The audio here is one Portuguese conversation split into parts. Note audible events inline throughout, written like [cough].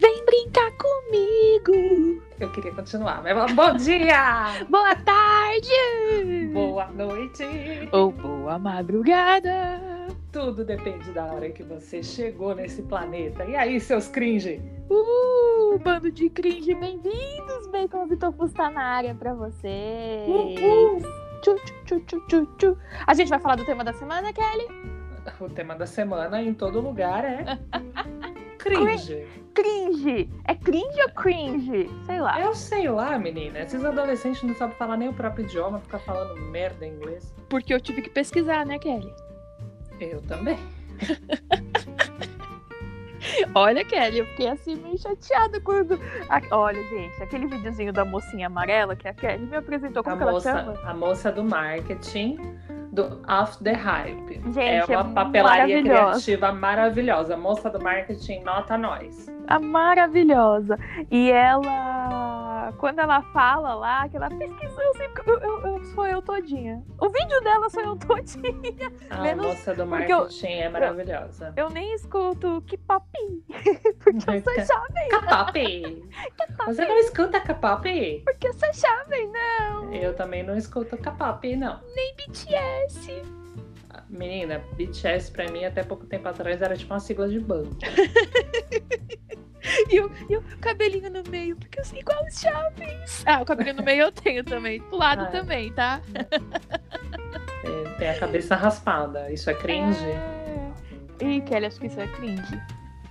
Vem brincar comigo. Eu queria continuar, mas vamos- bom [laughs] dia! Boa tarde. Boa noite! Ou boa madrugada. Tudo depende da hora que você chegou nesse planeta. E aí, seus cringe? Uh, bando de cringe. Bem-vindos, Bacon Vitor Fusta na área pra vocês. Uhul. Tchu, tchu, tchu, tchu, tchu, tchu. A gente vai falar do tema da semana, é Kelly? O tema da semana em todo lugar [laughs] é cringe. Cringe. É cringe ou cringe? Sei lá. Eu sei lá, menina. Esses adolescentes não sabem falar nem o próprio idioma, ficar falando merda em inglês. Porque eu tive que pesquisar, né, Kelly? Eu também. Olha, Kelly, eu fiquei assim meio chateada quando. A- Olha, gente, aquele videozinho da mocinha amarela que a Kelly me apresentou como A que ela moça, chama. a moça do marketing do Off the Hype. é Gente, uma papelaria maravilhosa. criativa maravilhosa. Moça do marketing, nota nós. A É maravilhosa. E ela. Quando ela fala lá, que ela pesquisou, eu sempre. Eu, eu- eu- sou eu todinha. O vídeo dela sou eu todinha. A Menos- moça do porque eu- marketing é maravilhosa. Eu nem escuto que papim. Porque eu sou jovem, tá Capap! [laughs] Você não escuta Capap? porque eu sou jovem, né? não. Eu também não escuto Capap, não. Nem BTS. Menina, BTS pra mim até pouco tempo atrás era tipo uma sigla de banco. E o, e o cabelinho no meio, porque eu sou igual os jovens. Ah, o cabelinho no meio eu tenho também. Do lado Ah. também, tá? É, Tem a cabeça raspada. Isso é cringe? É. Ih, Kelly, acho que isso é cringe.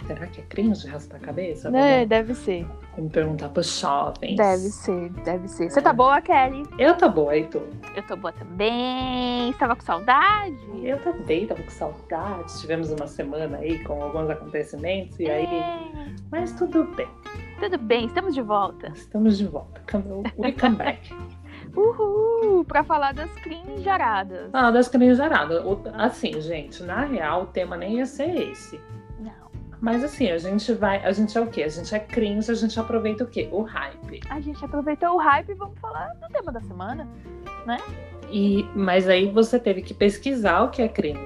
Será que é cringe raspar a cabeça? Né? Deve ser. Vamos perguntar pros jovens. Deve ser, deve ser. Você tá boa, Kelly? Eu tô boa, Heitor. Eu tô boa também. Estava com saudade? Eu também tava com saudade. Tivemos uma semana aí com alguns acontecimentos e aí. É, Mas tudo bem, tudo bem, estamos de volta. estamos de volta. Come- We come [laughs] back. Uhul! Pra falar das cringaradas. Ah, das crinjaradas. O- Assim, gente, na real o tema nem ia ser esse. Não, Mas assim, a gente vai. A gente é o quê? A gente é cringe, a gente aproveita o quê? O hype. a gente aproveitou o hype e vamos falar do tema da semana. E, mas aí você teve que pesquisar o que é cringe.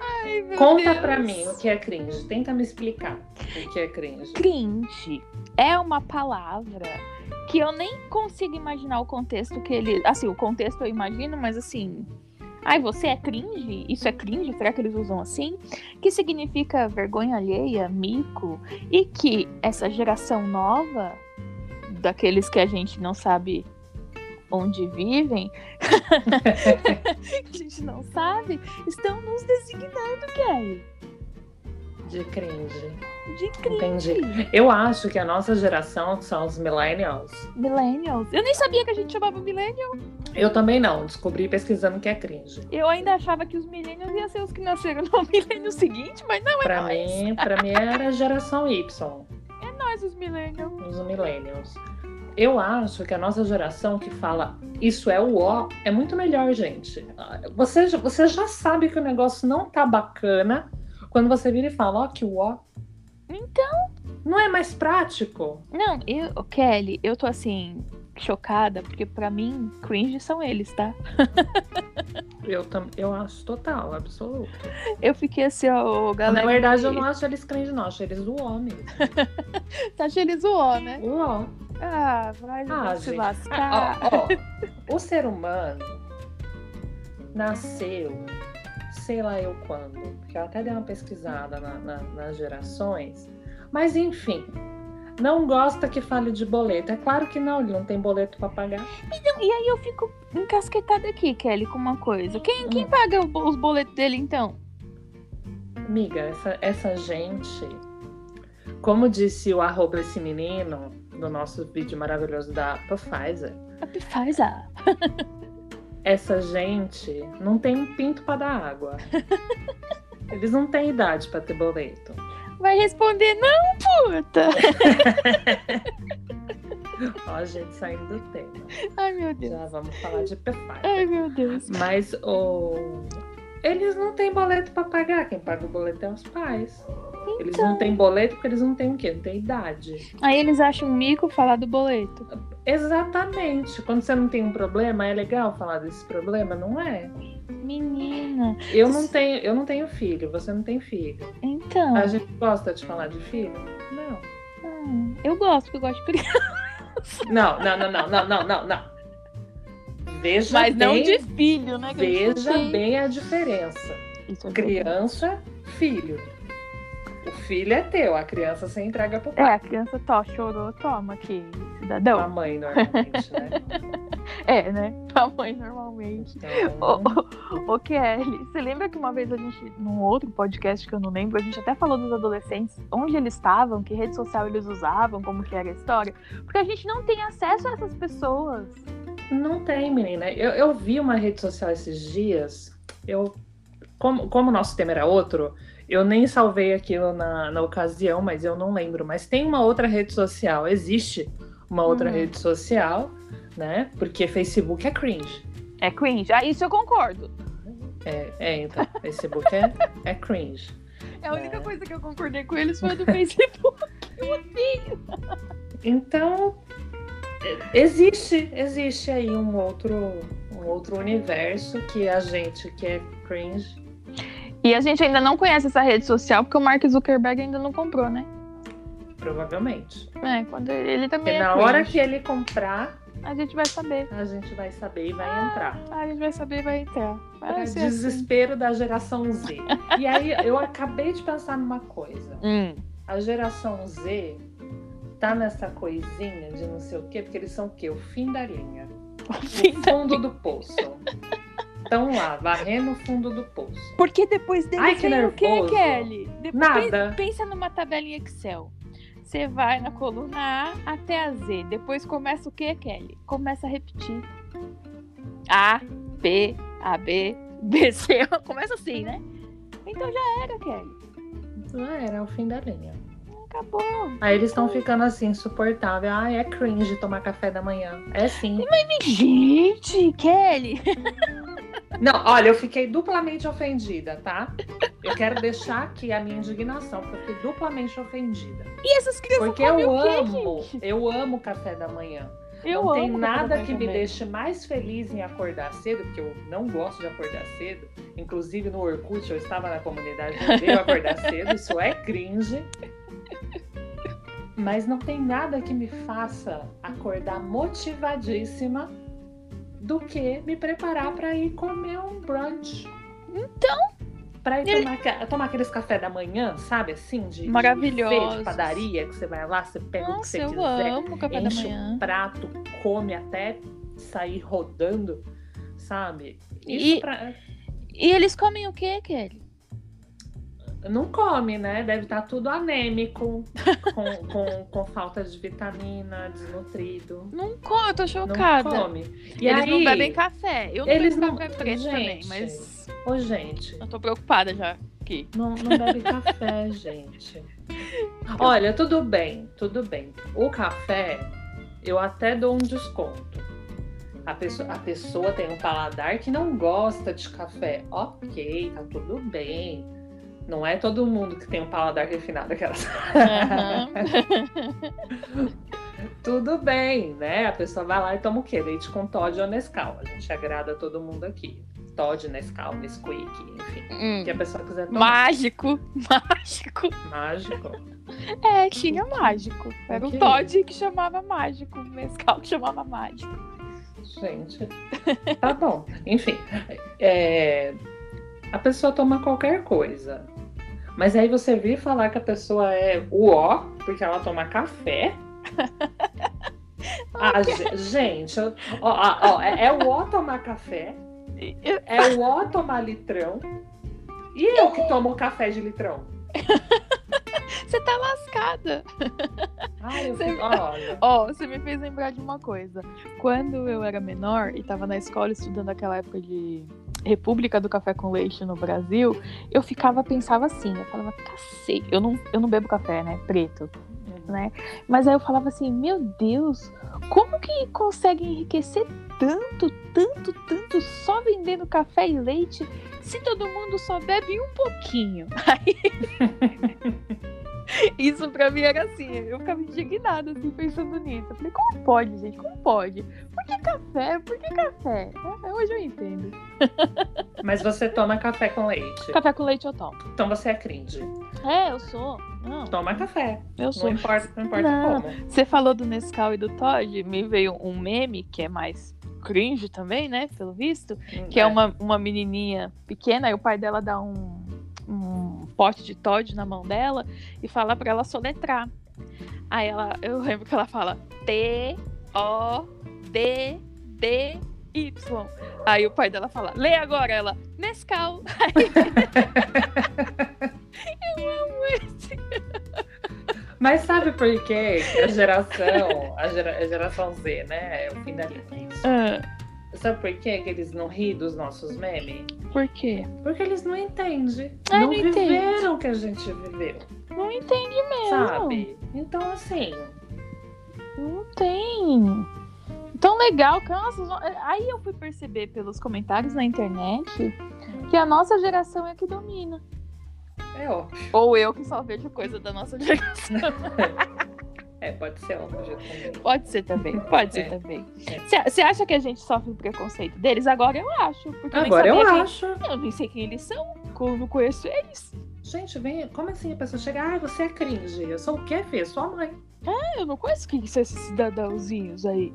Ai, meu Conta pra mim o que é cringe. Tenta me explicar o que é cringe. Cringe é uma palavra que eu nem consigo imaginar o contexto que ele. Assim, o contexto eu imagino, mas assim. Ai, você é cringe? Isso é cringe? Será que eles usam assim? Que significa vergonha alheia, mico. E que essa geração nova, daqueles que a gente não sabe onde vivem, [laughs] que a gente não sabe, estão nos designando, Kelly, De cringe. de cringe. Entendi. Eu acho que a nossa geração são os millennials. Millennials. Eu nem sabia que a gente chamava millennials. Eu também não, descobri pesquisando que é cringe. Eu ainda achava que os milênios iam ser os que nasceram no [laughs] milênio seguinte, mas não é Pra nós. mim, pra mim era a geração Y, É nós os milênios. os millennials. Eu acho que a nossa geração que fala isso é o ó, é muito melhor, gente. Você, já- você já sabe que o negócio não tá bacana quando você vira e fala, ó, que o ó. Então. Não é mais prático? Não, eu, ô, Kelly, eu tô assim, chocada, porque pra mim, cringe são eles, tá? Eu, tam, eu acho total, absoluto. Eu fiquei assim, ó, Na galera. verdade, eu não acho eles cringe, não, acho eles o ó mesmo. [laughs] Tá achando eles zoou, né? O ó. Ah, vai Ah, se gente. lascar. Ó, ó, o ser humano nasceu, sei lá eu quando, porque eu até dei uma pesquisada na- na- nas gerações, mas enfim, não gosta que fale de boleto. É claro que não, ele não tem boleto pra pagar. Não, e aí eu fico encasquetada aqui, Kelly, com uma coisa. Quem, quem Hum. paga o bo- os boletos dele, então? Amiga, essa, essa gente, como disse o arroba esse menino no nosso vídeo maravilhoso da Pfizer, A Pfizer. essa gente não tem um pinto pra dar água. Eles não têm idade pra ter boleto. Vai responder, não, puta! [laughs] Ó, a gente saindo do tema. Ai, meu Deus. Já vamos falar de Pfizer. Ai, meu Deus. Mas o. Eles não têm boleto pra pagar. Quem paga o boleto é os pais. Eles não têm Então. boleto porque eles não têm o quê? Não têm idade. Aí eles acham mico falar do boleto. Exatamente. Quando você não tem um problema, é legal falar desse problema, não é? Menina. Eu não tenho, eu não tenho filho, você não tem filho. Então. A gente gosta de falar de filho? Não. hum, eu gosto, porque eu [laughs] gosto de criança. Não, não, não, não, não, não, não, não. Veja Mas bem, não de filho, né? que a gente não veja tem. bem a diferença. Isso é verdade. Criança, filho. O filho é teu, a criança você entrega pro É, pai. a criança tó, chorou, toma aqui, cidadão. A mãe normalmente, né? É, né? [laughs] Tua mãe normalmente. Ô, Então, ô, ô, Kelly, você lembra que uma vez a gente, num outro podcast que eu não lembro, a gente até falou dos adolescentes, onde eles estavam, que rede social eles usavam, como que era a história? Porque a gente não tem acesso a essas pessoas. Não tem, menina. Eu, eu vi uma rede social esses dias. Eu, como, como o nosso tema era outro, eu nem salvei aquilo na, na ocasião, mas eu não lembro. Mas tem uma outra rede social. Existe uma outra Hum. rede social, né? Porque Facebook é cringe. É cringe. Ah, isso eu concordo. É, é então. Facebook é, é cringe. A única É. coisa que eu concordei com eles foi a do Facebook. Eu odeio. Então, é, existe, existe aí um outro, um outro universo que a gente que é cringe E a gente ainda não conhece essa rede social porque o Mark Zuckerberg ainda não comprou, né? Provavelmente. É, quando ele, ele também. Porque é na cringe. hora que ele comprar, A gente vai saber. a gente vai saber e vai entrar. Ah, a gente vai saber e vai entrar. Pra Vai ser assim. desespero da geração Z. E aí eu acabei de pensar numa coisa. Hum. A geração Z tá nessa coisinha de não sei o quê, porque eles são o quê? O fim da linha. O fundo do poço. Estão lá, varrendo o fundo do poço. Porque depois dele Ai, que vem o que, nervoso. Kelly? Depois, Nada. pe- Pensa numa tabela em Excel. Você vai na coluna A até a Z. Depois começa o que, Kelly? Começa a repetir. A, B, A, B, B, C. [laughs] Começa assim, né? Então já era, Kelly. Não Ah, era o fim da linha. Acabou. Aí eles estão ficando assim, insuportável. Ah, é cringe tomar café da manhã. É sim. Gente, Kelly. Não, olha, eu fiquei duplamente ofendida, tá? Eu quero deixar aqui a minha indignação, porque eu fiquei duplamente ofendida. E essas crianças Porque comem eu o quê, amo, gente? eu amo café da manhã. Eu não amo. tem café da nada manhã que me também. deixe mais feliz em acordar cedo, porque eu não gosto de acordar cedo. Inclusive no Orkut eu estava na comunidade de [laughs] acordar cedo, isso é cringe. Mas não tem nada que me faça acordar motivadíssima do que me preparar para ir comer um brunch. Então, Pra ir Ele- tomar, ca- tomar aqueles café da manhã, sabe assim? De, de Maravilhosos. buffet, de padaria, que você vai lá, você pega o que nossa, você eu quiser amo café da enche manhã. o prato, come até sair rodando, sabe? Isso E- pra- E eles comem o quê, Kelly? não come, né? Deve estar tudo [laughs] anêmico, com, com, com falta de vitamina, desnutrido. Não come, eu tô Não chocada. come. E eles aí, não bebem café. Eu não eles bebo não- café preto Gente. também, mas Ô, gente, eu tô preocupada já aqui. não, não bebe [laughs] café, gente. Olha, tudo bem, tudo bem. O café, eu até dou um desconto. A pessoa, a pessoa tem um paladar que não gosta de café. Ok, tá tudo bem. Não é todo mundo que tem um paladar refinado aquelas. [laughs] Tudo bem, né? A pessoa vai lá e toma o quê? Leite com Todd ou Nescau. A gente agrada todo mundo aqui. Todd, Nescau, Nesquik, enfim. Hum. O que é a pessoa quiser tomar. Mágico, [laughs] mágico. Mágico. [laughs] É, tinha mágico. Era Ok. um Todd que chamava mágico, um mescal que chamava mágico. Gente, tá bom. Enfim, é, a pessoa toma qualquer coisa. Mas aí você vir falar que a pessoa é uó, porque ela toma [laughs] café. Ah, ge- gente, eu- ó, ó, ó, é, é uó tomar café, é uó tomar litrão. E eu que tomo café de litrão. Você tá lascada. Ai, eu fico, tá- olha. [laughs] Ó, você me fez lembrar de uma coisa. Quando eu era menor e tava na escola estudando aquela época de República do Café com Leite no Brasil, eu ficava, pensava assim, eu falava, cacete, eu não, eu não bebo café, né, preto. né? Mas aí eu falava assim, meu Deus, como que consegue enriquecer tanto, tanto, tanto só vendendo café e leite? se todo mundo só bebe um pouquinho. Aí... Isso pra mim era assim, eu ficava indignada assim, pensando nisso. Eu falei, como pode, gente? Como pode? Por que café? Por que café? É, hoje eu entendo. Mas você toma café com leite. Café com leite eu tomo. Então você é cringe. É, eu sou. Não. Toma café. Eu sou. Não é. importa, não importa Não. como. Você falou do Nescau e do Todd, me veio um meme que é mais cringe também, né? Pelo visto. Que é uma, uma menininha pequena e o pai dela dá um, um pote de Todd na mão dela e fala pra ela soletrar. Aí ela, eu lembro que ela fala T-O-D-D-Y. Aí o pai dela fala, lê agora. Ela, Nescau. Aí... eu amo esse. Mas sabe por quê? Que A [laughs] geração, a, gera- a geração Z, né? É o fim da linha. isso. Ah, Sabe por quê que eles não riem dos nossos memes? por quê? Porque eles não entendem. Ah, não não entende. viveram o que a gente viveu, Não entende mesmo. sabe? Então, assim, Não tem. Tão legal, que nossa, zo- aí eu fui perceber pelos comentários na internet que a nossa geração é que domina. é óbvio. Ou eu que só vejo coisa da nossa geração. É, pode ser óbvio também. Pode ser também, pode ser É. também. É. Você acha que a gente sofre o preconceito deles? Agora eu acho. Porque eu nem Agora eu sabia quem- acho. Eu nem sei quem eles são, eu não conheço eles. Gente, vem, como assim a pessoa chega? Ah, você é cringe. Eu sou o quê, Fê? Sua mãe. Ah, Eu não conheço quem são esses cidadãozinhos aí.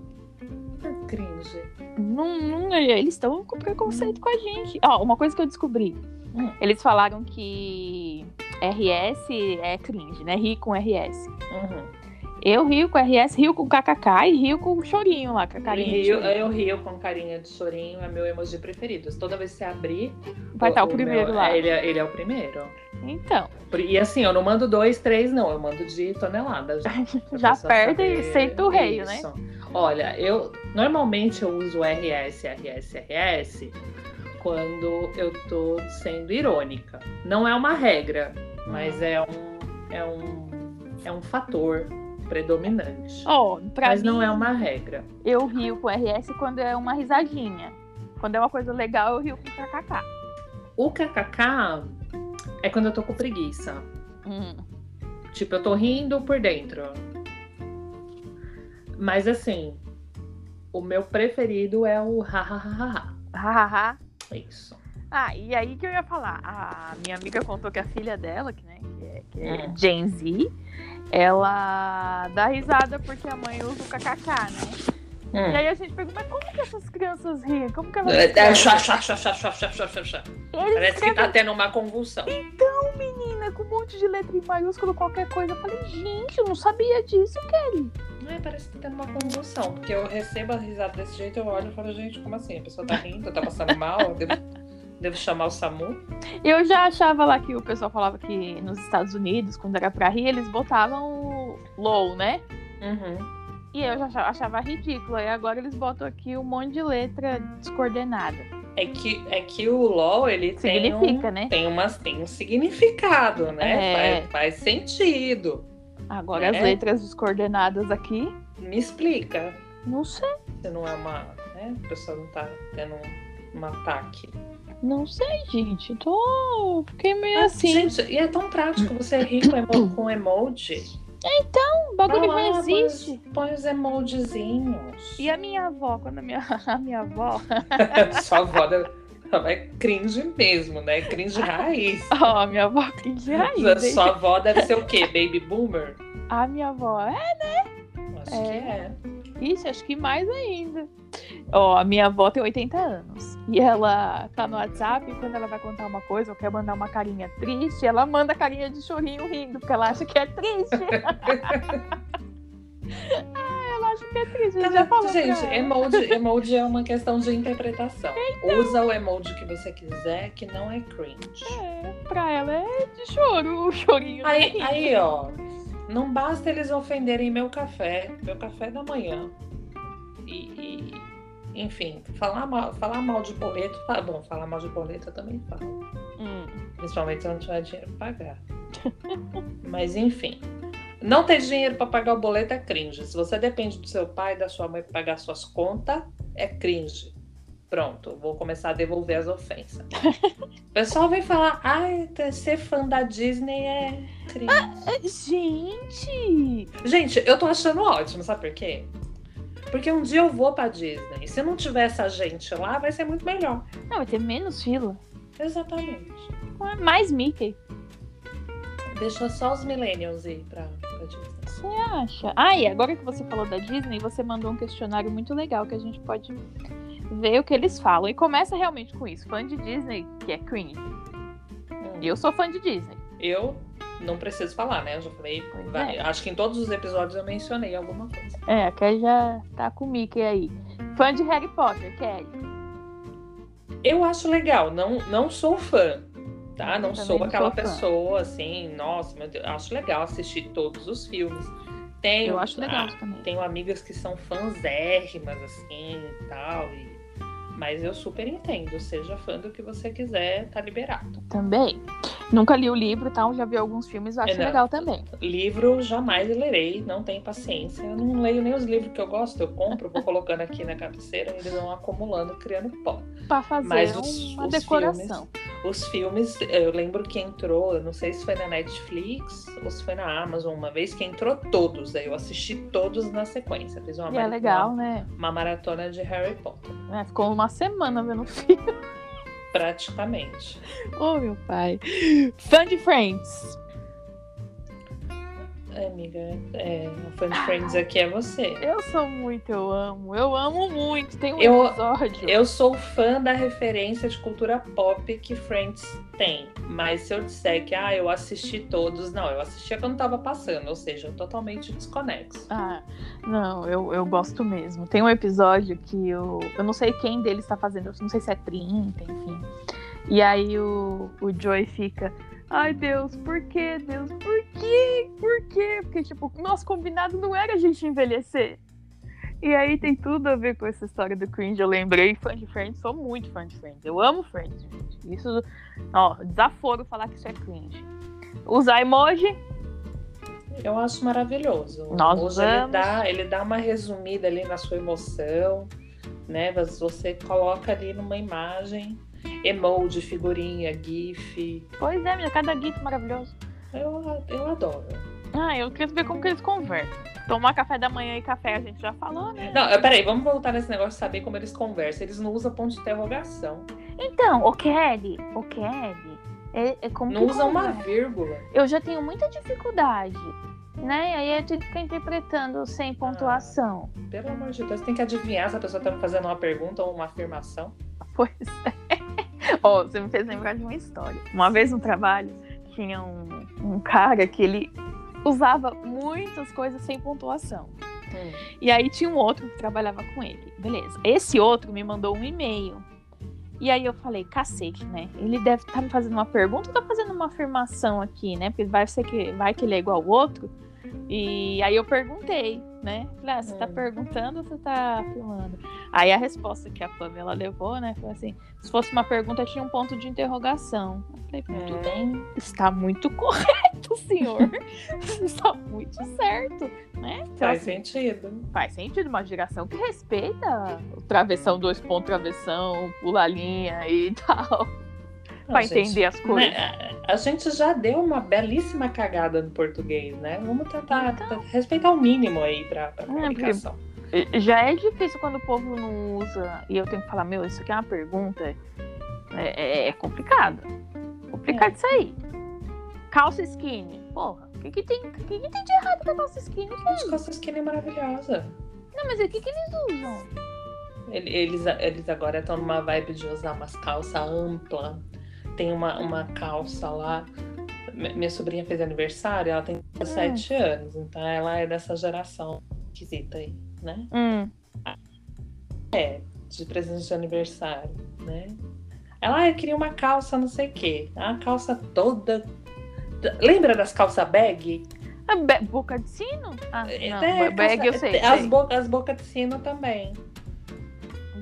É cringe. Não, não, eles estão com preconceito com a gente. Ó, uma coisa que eu descobri. Hum. Eles falaram que RS é cringe, né? Rio com RS. Uhum. Eu rio com RS, rio com KKK e rio com chorinho lá, com a carinha de rio, chorinho. eu rio com carinha de chorinho, é meu emoji preferido. Toda vez que você abrir. Vai estar o, meu- primeiro lá. é, Ele, é- ele é o primeiro. Então, E assim, eu não mando dois, três, não. Eu mando de [laughs] tonelada. Já, pra Já pessoa perde saber. e senta o rei, né? Isso. Olha, eu normalmente eu uso RS, RS, RS quando eu tô sendo irônica. Não é uma regra, mas Hum. é um, é um, é um fator predominante. ó, pra mas mim, não é uma regra. eu rio com RS quando é uma risadinha. Quando é uma coisa legal, eu rio com KKK. O kkk é quando eu tô com preguiça. Hum. Tipo, eu tô rindo por dentro. Mas assim, o meu preferido é o hahaha. Hahaha. É isso. Ah, e aí que eu ia falar. A minha amiga contou que a filha dela, que, né, que é, que é Hum. Gen Z, ela dá risada porque a mãe usa o kkk, né? E aí a gente pergunta, mas como que essas crianças riem? Como que elas Hum. É, escrevem? chá, chá, chá, chá, chá, chá, chá, chá, chá. Eles Parece que escrevem, tá tendo uma convulsão. então, menina, com um monte de letra em maiúsculo, qualquer coisa. Eu falei, gente, eu não sabia disso, Kelly. É, parece que tá tendo uma convulsão. Porque eu recebo a risada desse jeito, eu olho e falo, gente, como assim? A pessoa tá rindo, tá [laughs] passando mal, eu devo, devo chamar o SAMU? Eu já achava lá que o pessoal falava que nos Estados Unidos, quando era pra rir, eles botavam o low, né? Uhum. E eu já achava- achava ridículo. E agora eles botam aqui um monte de letra descoordenada. É que, é que o LOL, ele tem um... Significa, né? Tem, umas, tem um significado, né? É. Faz, faz sentido. Agora É. as letras descoordenadas aqui, Me explica. não sei, Se não é uma. Né? A pessoa não tá tendo um, um ataque. não sei, gente. Tô. Fiquei meio assim. Gente, e é tão prático você rir com, emo com emoji. O bagulho Vai não lá, existe. Põe, os- põe os emojizinhos. E a minha avó, quando a minha, [laughs] a minha avó, [laughs] Sua avó deve- ela é cringe mesmo, né? Cringe [laughs] raiz. ó, a minha avó cringe Sua- ainda. hein? Sua avó deve ser o quê? Baby boomer? A minha avó, é? Acho É. que é. Ixi, acho que mais ainda. Ó, a minha avó tem 80 anos. E ela tá no WhatsApp e quando ela vai contar uma coisa ou quer mandar uma carinha triste, ela manda a carinha de chorinho rindo, porque ela acha que é triste. [laughs] Ah, ela acha que é triste. Tá, eu já falou gente, pra ela. emoji, emoji é uma questão de [laughs] interpretação. Então. Usa o emoji que você quiser, que não é cringe. É, pra ela é de choro, o né? chorinho. Aí, aí, ó, não basta eles ofenderem meu café, meu café da manhã. E, e, enfim, falar mal, falar mal de boleto, tá bom, falar mal de boleto eu também falo. Hum. Principalmente se eu não tiver dinheiro pra pagar. Mas enfim. Não ter dinheiro pra pagar o boleto é cringe. Se você depende do seu pai, da sua mãe pra pagar suas contas, é cringe. Pronto, vou começar a devolver as ofensas. o pessoal vem falar, ai, ser fã da Disney é triste. Gente! Gente, eu tô achando ótimo, sabe por quê? Porque um dia eu vou pra Disney. e Se não tiver essa gente lá, vai ser muito melhor. Não, vai ter menos fila. Exatamente. Ué, Mais Mickey, Deixa só os millennials ir pra, pra Disney. você acha? Ah, e agora que você falou da Disney, você mandou um questionário muito legal que a gente pode ver o que eles falam. E começa realmente com isso. Fã de Disney, que é cringe. Hum. Eu sou fã de Disney. Eu não preciso falar, né? Eu já falei. Pois vai- é. Acho que em todos os episódios eu mencionei alguma coisa. É, a Kelly já tá com o Mickey aí. Fã de Harry Potter, Kelly. Eu acho legal, não, não sou fã, tá? Eu Não também sou não aquela sou fã. pessoa assim, nossa, meu Deus, acho legal assistir todos os filmes. Tenho, Eu acho legal ah, isso também. tenho amigas que são fãzérrimas, assim e tal. e- Mas eu super entendo, seja fã do que você quiser, tá liberado. Também. Nunca li o livro, tal, já vi alguns filmes, eu acho É, não. legal também. Livro jamais lerei, não tenho paciência. Eu não leio nem os livros que eu gosto, eu compro, vou colocando aqui na cabeceira, eles vão acumulando, criando pó. Pra fazer Mas os- uma os decoração. Os filmes, eu lembro que entrou, eu não sei se foi na Netflix ou se foi na Amazon uma vez, que entrou todos, aí eu assisti todos na sequência. Fiz uma, E é mara- legal, uma, né? uma maratona de Harry Potter, É, ficou uma semana vendo o filme. praticamente. Ô, meu pai. Fã de Friends. É, amiga, é, a Fun Ah. Friends aqui é você. Eu sou muito, eu amo. Eu amo muito. Tem um Eu- episódio. Eu sou fã da referência de cultura pop que Friends tem, mas se eu disser que ah, eu assisti todos, não, eu assistia quando tava passando, ou seja, eu totalmente desconexo. Ah, não, eu, eu gosto mesmo. Tem um episódio que eu. Eu não sei quem deles tá fazendo, eu não sei se é 30, enfim. E aí o, o Joey fica. Ai, Deus, por quê, Deus? Por quê? Por quê? Porque, tipo, o nosso combinado não era a gente envelhecer. E aí tem tudo a ver com essa história do cringe. Eu lembrei, fã de Friends, sou muito fã de Friends. Eu amo Friends, gente. Isso, ó, desaforo falar que isso é cringe. Usar emoji, Eu acho maravilhoso. Nós Hoje ele vamos. dá, ele dá uma resumida ali na sua emoção, né? Mas Você coloca ali numa imagem, emoji, figurinha, gif. pois é, minha, cada gif maravilhoso. Eu, eu adoro. Ah, eu queria saber como que eles conversam. Tomar café da manhã e café a gente já falou, né? Não, eu- peraí, vamos voltar nesse negócio de saber como eles conversam. Eles não usam ponto de interrogação. Então, o Kelly, o Kelly, é, é como Não que usam uma conversa? vírgula. Eu já tenho muita dificuldade, né? E aí a gente fica interpretando sem pontuação. Pelo amor de Deus, tem que adivinhar se a pessoa tá me fazendo uma pergunta ou uma afirmação. Pois é. [laughs] Ó, você me fez lembrar de uma história. Uma vez no trabalho, tinha um, um cara que ele usava muitas coisas sem pontuação. E aí tinha um outro que trabalhava com ele. Beleza. Esse outro me mandou um e-mail. E aí eu falei, cacete, né? Ele deve estar me fazendo uma pergunta ou tá fazendo uma afirmação aqui, né? Porque vai ser que vai que ele é igual ao outro. E aí eu perguntei, né? Falei, ah, você tá Hum. perguntando ou você tá afirmando? Aí a resposta que a Pamela levou, né? Foi assim: se fosse uma pergunta, tinha um ponto de interrogação. Eu falei, muito bem. Hum. Está muito [laughs] correto, senhor. Está muito certo, né? Então, Faz assim, sentido. Faz sentido, uma geração que respeita o travessão, dois pontos, travessão, pula a linha e [laughs] tal. Não, pra gente, entender as coisas. Né, A a gente já deu uma belíssima cagada no português, né? Vamos tentar Então. t- respeitar o mínimo aí pra, É, pra comunicação. Já é difícil quando o povo não usa. E eu tenho que falar, meu, isso aqui é uma pergunta. É, é- é complicado. Complicado É. isso aí. Calça skinny. Porra, o que, que, tem, o que, que tem de errado com a calça skinny? Gente, Costa Skinny é maravilhosa. Não, mas é o que, que eles usam? Ele- Eles, eles agora estão numa vibe de usar umas calças ampla. Tem uma, uma calça lá. Mi- Minha sobrinha fez aniversário, ela tem É. 17 anos, então ela é dessa geração esquisita aí, né? Hum, de presente de aniversário, né? Ela, ah, eu queria uma calça não sei o quê. A calça toda... Lembra das calças bag? a Ah, be- boca de sino? Ah, não, É, ba- bag eu calça- sei. As, sei. bo- as bocas de sino também.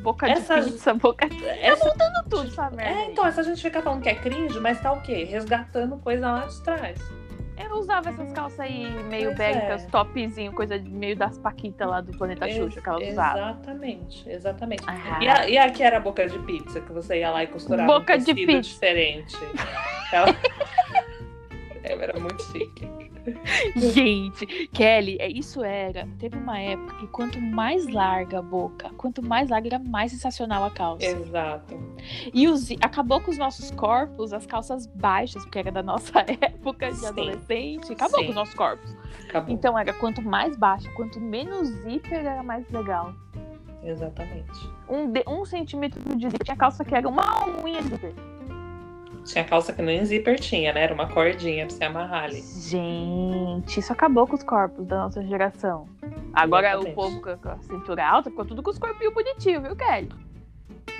Boca de essas- pizza, boca de Essa- tudo, essa merda. é, aí. então, essa gente fica falando que é cringe, mas tá o quê? Resgatando coisa lá de trás. Eu usava essas calças aí meio Pois bag, é. aquelas topzinho, coisa de meio das Paquitas lá do Planeta Tá Xuxa que elas Ex- usavam. Exatamente, exatamente. Ah. E, a, e a que era boca de pizza, que você ia lá e costurava Boca um de tecido pizza. [laughs] diferente. Ela... [laughs] Ela era muito chique. Gente, Kelly, é- isso era. Teve uma época que quanto mais larga a boca, quanto mais larga, era mais sensacional a calça. É. Exato. E os- acabou com os nossos corpos, as calças baixas, porque era da nossa [laughs] época de Sim. adolescente. Acabou Sim. com os nossos corpos. Acabou. Então era quanto mais baixa, quanto menos zíper era mais legal. Exatamente. Um, de- um centímetro de zíper. Tinha calça que era uma unha de zíper. Tinha calça que nem zíper tinha, né? Era uma cordinha pra você amarrar ali. Gente, isso acabou com os corpos da nossa geração. Agora o Exatamente. povo com a- com a cintura alta ficou tudo com os corpinhos bonitinhos, viu, Kelly?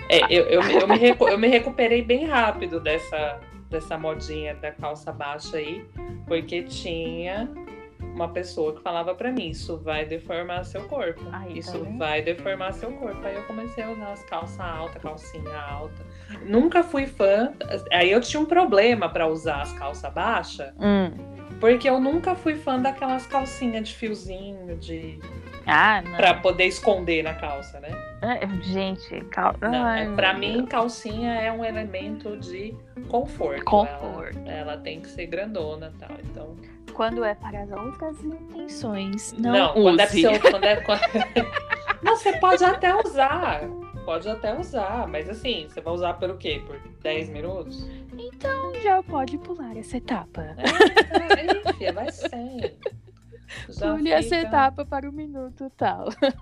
É, eu, eu, me- eu, me recu- eu me recuperei bem rápido dessa, dessa modinha da calça baixa aí, porque tinha uma pessoa que falava pra mim, isso vai deformar seu corpo. Aí, tá isso vendo? vai deformar seu corpo. Aí eu comecei a usar as calças altas, calcinha alta. Nunca fui fã. Aí eu tinha um problema pra usar as calças baixas, porque eu nunca fui fã daquelas calcinhas de fiozinho, de Ah, não. para poder esconder na calça, né? É, Gente, calça. Não, é, pra mim, calcinha é um elemento de conforto. Conforto. Ela, ela tem que ser grandona e tal. Então, Quando é para as outras intenções, não, não, use. quando é seu. Quando é, quando... é- [laughs] não, você pode até usar. Pode até usar, mas assim, você vai usar pelo quê? Por 10 minutos? Então já pode pular essa etapa. É, aí, filha, vai sem. Já Pule essa etapa para o minuto tal. Usa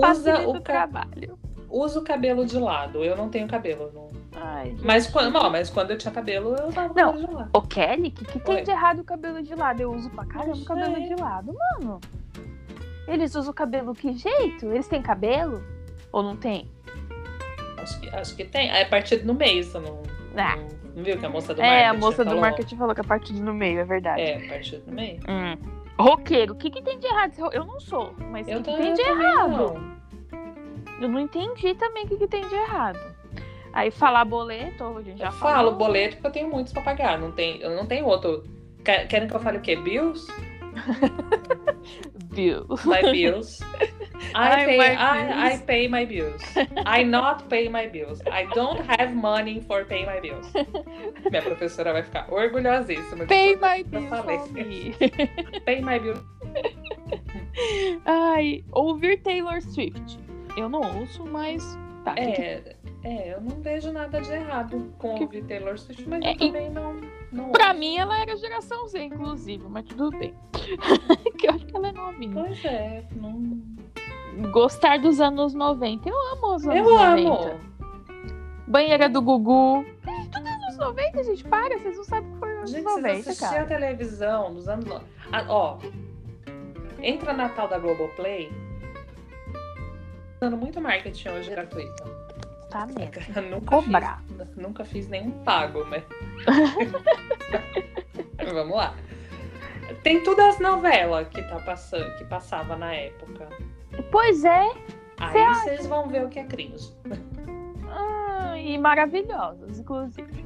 Facilita o, o ca- trabalho. usa o cabelo de lado. Eu não tenho cabelo. não- Ai, gente. Mas, quando, não, mas quando eu tinha cabelo, eu usava o Não, cabelo de lado. Ô, Kelly, o que, que tem Oi. é. de errado o cabelo de lado? Eu uso pra caramba o cabelo sei. de lado, mano. Eles usam o cabelo que jeito? Eles têm cabelo? Ou não tem? Acho que, acho que tem. É partido no meio, você não, Ah. não- não viu que a moça do é, marketing a moça do falou? marketing falou que a parte do meio, é verdade. É, partido no meio. Hum. Roqueiro, o que, que tem de errado? esse ro- Eu não sou, mas o que, que tam- tem de também errado? não. Eu não entendi também o que, que tem de errado. Aí falar boleto, a gente já Eu falo falou. boleto porque eu tenho muitos pra pagar. Não tem, eu não tenho outro. Que- Querem que eu fale o quê? Bills? Bill. [laughs] My bills. Ai, I pay, my I, bills. I pay my bills. I not pay my bills. I don't have money for pay my bills. Minha professora vai ficar orgulhosíssima. de Pay tudo my que eu bill falei. for me. Pay my bills. Ai, ouvir Taylor Swift. Eu não ouço, mas. Tá, tem que É, é, eu não vejo nada de errado com Que- ouvir Taylor Swift, mas É, eu e- também não. não Pra ouço. mim, ela era geração Z, inclusive, mas tudo bem. [laughs] que eu acho que ela é novinha. Pois é, não. Gostar dos anos 90. Eu amo os anos Eu 90. amo. Banheira do Gugu. É, tudo anos 90, gente. Para, vocês não sabem o que foi anos Gente, vocês 90, assistiam a cara. televisão nos anos. no- Ah, ó, entra Natal da Globoplay. Dando muito marketing hoje gratuito. Tá mesmo. Nunca Cobrar. Fiz, nunca fiz nenhum pago, [laughs] mas. Vamos lá. Tem todas as novelas que, tá passando, que passava na época. Pois é. Cê Aí acha? vocês vão ver o que é cringe. Ah, e maravilhosas, inclusive.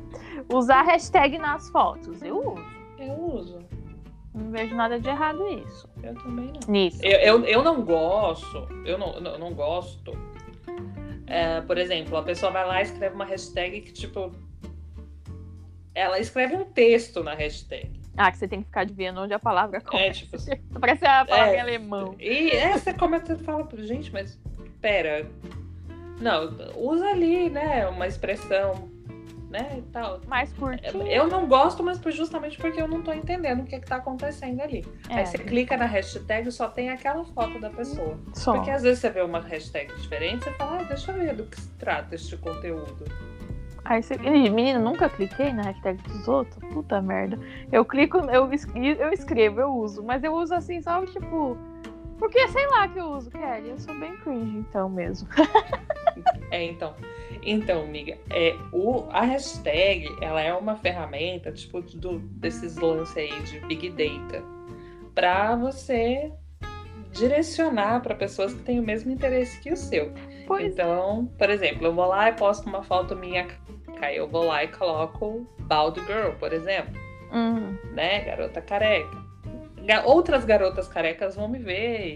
Usar hashtag nas fotos. Eu uso. Eu uso. Não vejo nada de errado isso. Eu também não. Nisso. Eu, eu, eu não gosto. Eu não, eu não gosto. é, por exemplo, a pessoa vai lá e escreve uma hashtag que, tipo. Ela escreve um texto na hashtag. Ah, que você tem que ficar adivinhando onde a palavra É, começa. tipo assim. Parece a palavra É. em alemão. E é, você começa e fala, gente, mas pera. Não, usa ali, né? Uma expressão, né? E tal. É, Mais curtinho. Eu não gosto, mas por- justamente porque eu não tô entendendo o que, que tá acontecendo ali. É, Aí você clica na hashtag e só tem aquela foto da pessoa. só. é, Porque às vezes você vê uma hashtag diferente, você fala, ah, deixa eu ver do que se trata este conteúdo. Aí você... Ih, menina, nunca cliquei na hashtag dos outros? Puta merda. Eu clico, eu, es- eu escrevo, eu uso. Mas eu uso assim, só tipo. Porque sei lá que eu uso, Kelly. Eu sou bem cringe, então mesmo. É, então. Então, amiga, é, o, a hashtag, ela é uma ferramenta, tipo, do, desses lances aí de Big Data, pra você direcionar pra pessoas que têm o mesmo interesse que o seu. Pois Então, por exemplo, eu vou lá e posto uma foto minha careca. Aí eu vou lá e coloco bald girl, por exemplo, Hum. né? Garota careca. Ga- Outras garotas carecas vão me ver. e-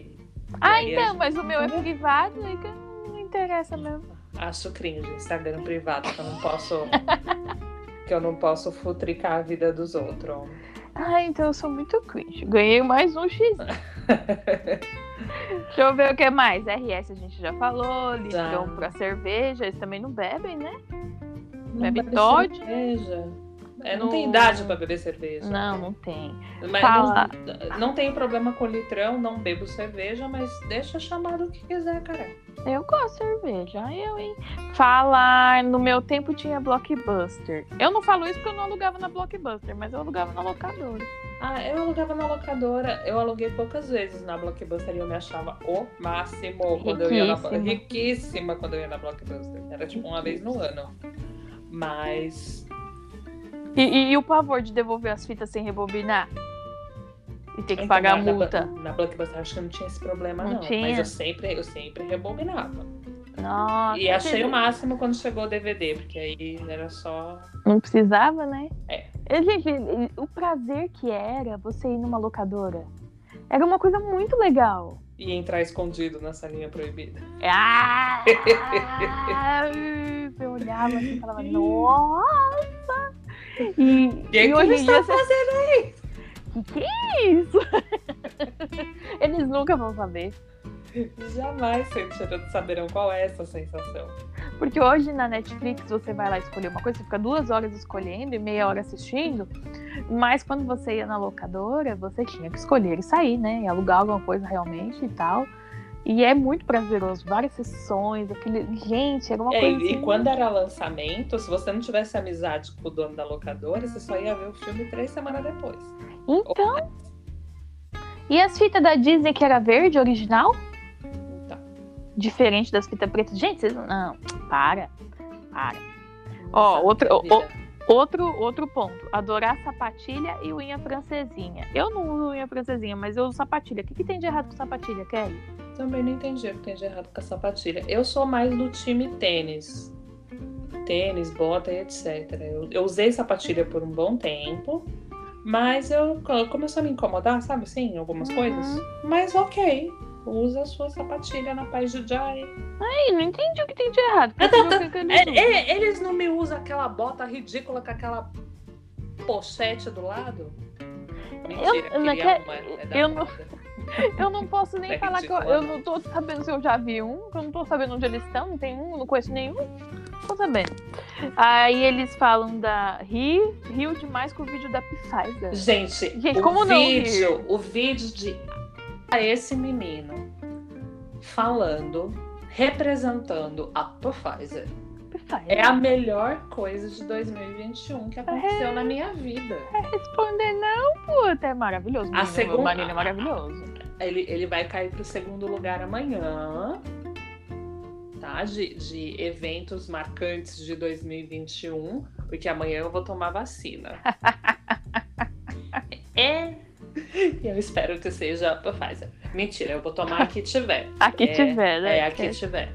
e Ah, aí então, eu mas o meu é privado e que não interessa mesmo. Acho cringe Instagram privado, que eu não posso. [laughs] que eu não posso futricar a vida dos outros. Ah, então eu sou muito cringe. Ganhei mais um X. Deixa eu ver o que mais. RS a gente já falou, litrão pra cerveja, eles também não bebem, né? Bebe Todd? cerveja. É, não, Não. tem idade pra beber cerveja. Não, não tem. Mas Fala. Não, não tenho problema com litrão, não bebo cerveja, mas deixa chamar do que quiser, cara. Eu gosto de cerveja, ai, eu, hein? Fala, no meu tempo tinha Blockbuster. Eu não falo isso porque eu não alugava na Blockbuster, mas eu alugava na locadora. Ah, eu alugava na locadora, eu aluguei poucas vezes na Blockbuster e eu me achava o máximo quando eu ia na Riquíssima. Riquíssima quando eu ia na Blockbuster. Era tipo uma vez no ano. Mas. E, e- e o pavor de devolver as fitas sem rebobinar? E ter que pagar a Então, na- na- multa. Na, Blockbuster acho que eu não tinha esse problema, Não não. tinha? Mas eu sempre, eu sempre rebobinava. Nossa. E achei o máximo quando chegou o DVD, porque aí era só. Não precisava, né? É. E, gente, e- e o prazer que era você ir numa locadora era uma coisa muito legal. E entrar escondido na salinha proibida. Ah! [laughs] eu olhava assim e falava, nossa! E, E aí, e o que hoje eles em dia estão você. fazendo? O que é isso? [laughs] Eles nunca vão saber. Jamais sentiram- saberão qual é essa sensação. Porque hoje na Netflix você vai lá escolher uma coisa, você fica duas horas escolhendo e meia hora assistindo. Mas quando você ia na locadora, você tinha que escolher e sair, né? E alugar alguma coisa realmente e tal. E é muito prazeroso, várias sessões, aquele. Gente, era uma É, coisa. e assim- quando era lançamento, se você não tivesse amizade com o dono da locadora, você só ia ver o filme três semanas depois. Então. E as fitas da Disney que era verde, original? Então, Diferente das fitas pretas. Gente, vocês não. Não, para. Para. Ó, nossa outra- é vida. ó, Outro, outro ponto, adorar sapatilha e unha francesinha. Eu não uso unha francesinha, mas eu uso sapatilha. O que, que tem de errado com sapatilha, Kelly? Também não entendi o que tem de errado com a sapatilha. Eu sou mais do time tênis. Tênis, bota e etc. Eu, eu usei sapatilha por um bom tempo, mas eu co- começou a me incomodar, sabe assim, algumas Uhum. coisas. Mas ok, usa a sua sapatilha na paz de Jai. Ei, não entendi o que tem de errado. Ah, [laughs] tá, tá. Prefiro que ele É, use. é, eles não me usam aquela bota ridícula com aquela pochete do lado? Mentira, Eu- queria naque- uma, é da eu não- moda. Eu não posso nem É falar que eu, ridículo, eu né? não tô sabendo se eu já vi um, que eu não tô sabendo onde eles estão, não tem um, não conheço nenhum. Não tô sabendo. Aí eles falam da. Ri, riu demais com o vídeo da Pfizer. Gente, Gente, o como não rir? vídeo, o vídeo de a esse menino falando, representando a Pfizer, Pfizer. é a melhor coisa de 2021 que aconteceu É. na minha vida. Responder não, puta, é maravilhoso. A menino, segunda- O Marino é maravilhoso. Ele, ele vai cair pro segundo lugar amanhã, tá? De, de eventos marcantes de 2021, porque amanhã eu vou tomar vacina. Ah. é. E eu espero que seja a Pfizer. Mentira, eu vou tomar a que tiver. Aqui É, tiver, né? É, a que tiver.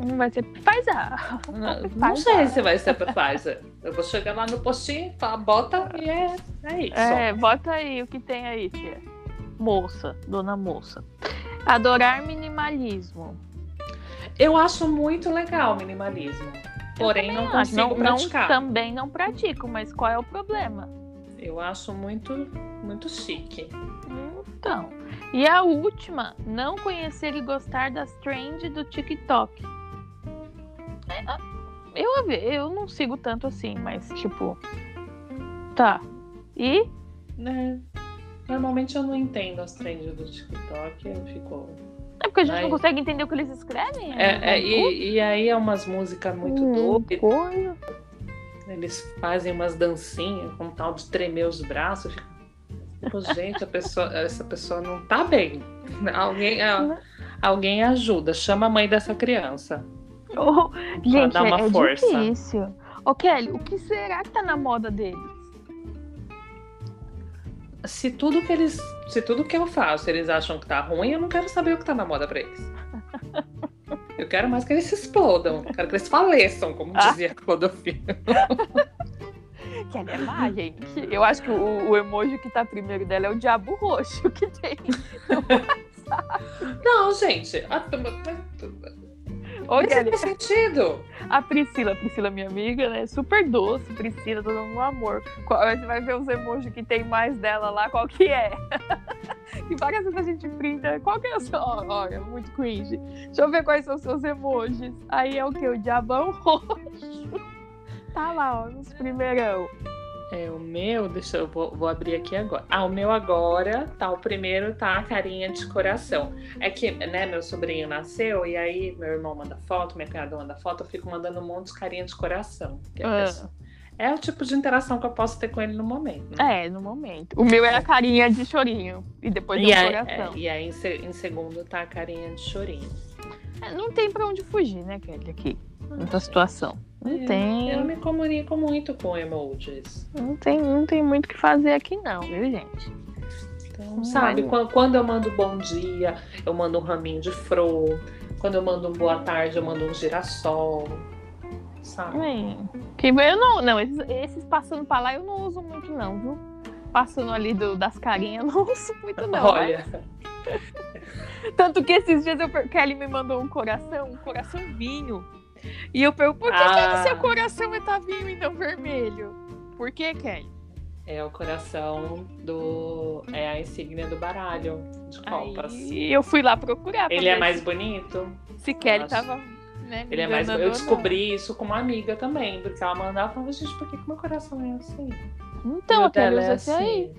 Não vai ser Pfizer. Não, não sei se vai ser a Pfizer. Eu vou chegar lá no postinho, falar, bota e é, é isso. É, bota aí o que tem aí, tia. Moça, dona moça. Adorar minimalismo. Eu acho muito legal o minimalismo. Porém, não Mas consigo praticar. também não pratico, mas qual é o problema? Eu acho muito, muito chique. Hum. Então. E a última, não conhecer e gostar das trends do TikTok. É, ah, Eu, eu não sigo tanto assim, mas tipo. Tá. E Né? Normalmente eu não entendo as trends do TikTok, eu fico. é porque a gente não Ai. consegue entender o que eles escrevem. É, é, e, e aí é umas músicas muito doidas, doido. eles fazem umas dancinhas com tal de tremer os braços. eu fico, Tipo, gente, a pessoa, essa pessoa não tá bem. [laughs] Alguém, a- alguém ajuda, chama a mãe dessa criança. Oh, gente, dar uma é, é força. difícil. Ô, Kelly, o que será que tá na moda deles? Se tudo que eles. Se tudo que eu faço eles acham que tá ruim, eu não quero saber o que tá na moda pra eles. Eu quero mais que eles se explodam. Quero que eles faleçam, como Ah. dizia Clodovil. Que ela é má, gente. Eu acho que o, o emoji que tá primeiro dela é o diabo roxo [laughs] que tem. Não, gente. a- Mas Ô, isso Kelly, tem sentido. a Priscila, a Priscila, minha amiga, né? Super doce, Priscila, todo mundo um amor. Qual, aí você vai ver os emojis que tem mais dela lá, qual que é? [laughs] que várias vezes a gente printa. Qual que é o seu? Ó, ó, é muito cringe. Deixa eu ver quais são os seus emojis. Aí é o que? O diabão roxo. Tá lá, ó, nos primeirão. É, o meu, deixa eu vou, vou abrir aqui agora. Ah, o meu agora, tá, o primeiro tá a carinha de coração. É que, né, meu sobrinho nasceu e aí meu irmão manda foto, minha cunhada manda foto, eu fico mandando um monte de carinha de coração. que a Ah. pessoa- É o tipo de interação que eu posso ter com ele no momento. né? É, no momento. O meu era carinha de chorinho. E depois E o aí, um coração. é, e aí em, se- em segundo tá a carinha de chorinho. É, Não tem pra onde fugir, né, Kelly, aqui, nessa situação. Então, Não É, tem, Eu me comunico muito com emojis. não tem, não tem muito o que fazer aqui não, viu, gente? Então, sabe, Vai. quan- quando eu mando bom dia, eu mando um raminho de flor. Quando eu mando um boa tarde, eu mando um girassol. Sabe? É. Que eu não, não, esses, esses passando pra lá eu não uso muito não, viu? Passando ali do, das carinhas, [laughs] eu não uso muito não. né? Olha, Tanto que esses dias eu, per- Kelly me mandou um coração, um coração vinho. E eu pergunto, por que, que Ah. o seu coração tá vinho e não vermelho? Por que, Kelly? é o coração do. É a insígnia do baralho de copas. Aí eu fui lá procurar. pra Ele é ver mais bonito. Se Kelly Nossa. tava. Né, me Ele é mais. enganando Eu ou não. descobri isso com uma amiga também, porque ela mandava e falava, gente, por que, que meu coração é assim? Então, Meu a Kelly dela usa é esse aí.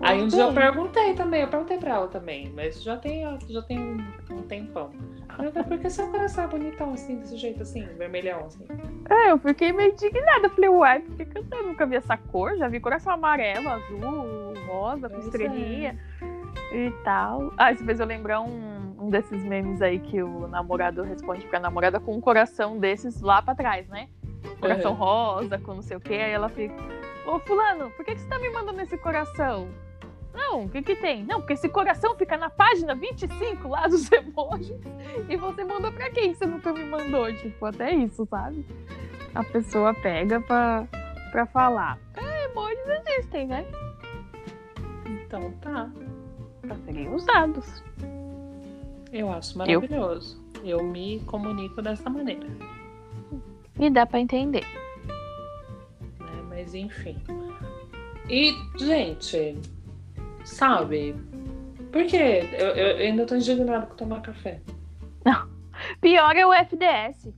Aí um Gostei. dia eu perguntei também, eu perguntei pra ela também, mas já tem, já tem um, um tempão. Eu falei, por que seu coração é bonitão assim, desse jeito assim, vermelhão assim? É, eu fiquei meio indignada. Eu Falei, uai, por que que eu não- nunca vi essa cor? Já vi coração amarelo, azul, rosa, com Pois é. estrelinha e tal. Ah, isso fez eu lembrar um, um desses memes aí que o namorado responde pra namorada com um coração desses lá pra trás, né? Coração Uhum. rosa, com não sei o quê. Aí ela fica, ô fulano, por que, que você tá me mandando esse coração? Não, o que que tem? Não, porque esse coração fica na página 25 lá dos [laughs] emojis. E você mandou pra quem que você nunca me mandou? Tipo, até isso, sabe? A pessoa pega pra, pra falar. É, emojis existem, né? Então tá, Pra serem usados. eu acho maravilhoso. Eu, me comunico dessa maneira, E dá pra entender. né? Mas enfim. E, gente, sabe, por que eu, eu ainda tô indignada com tomar café? Pior é o FDS.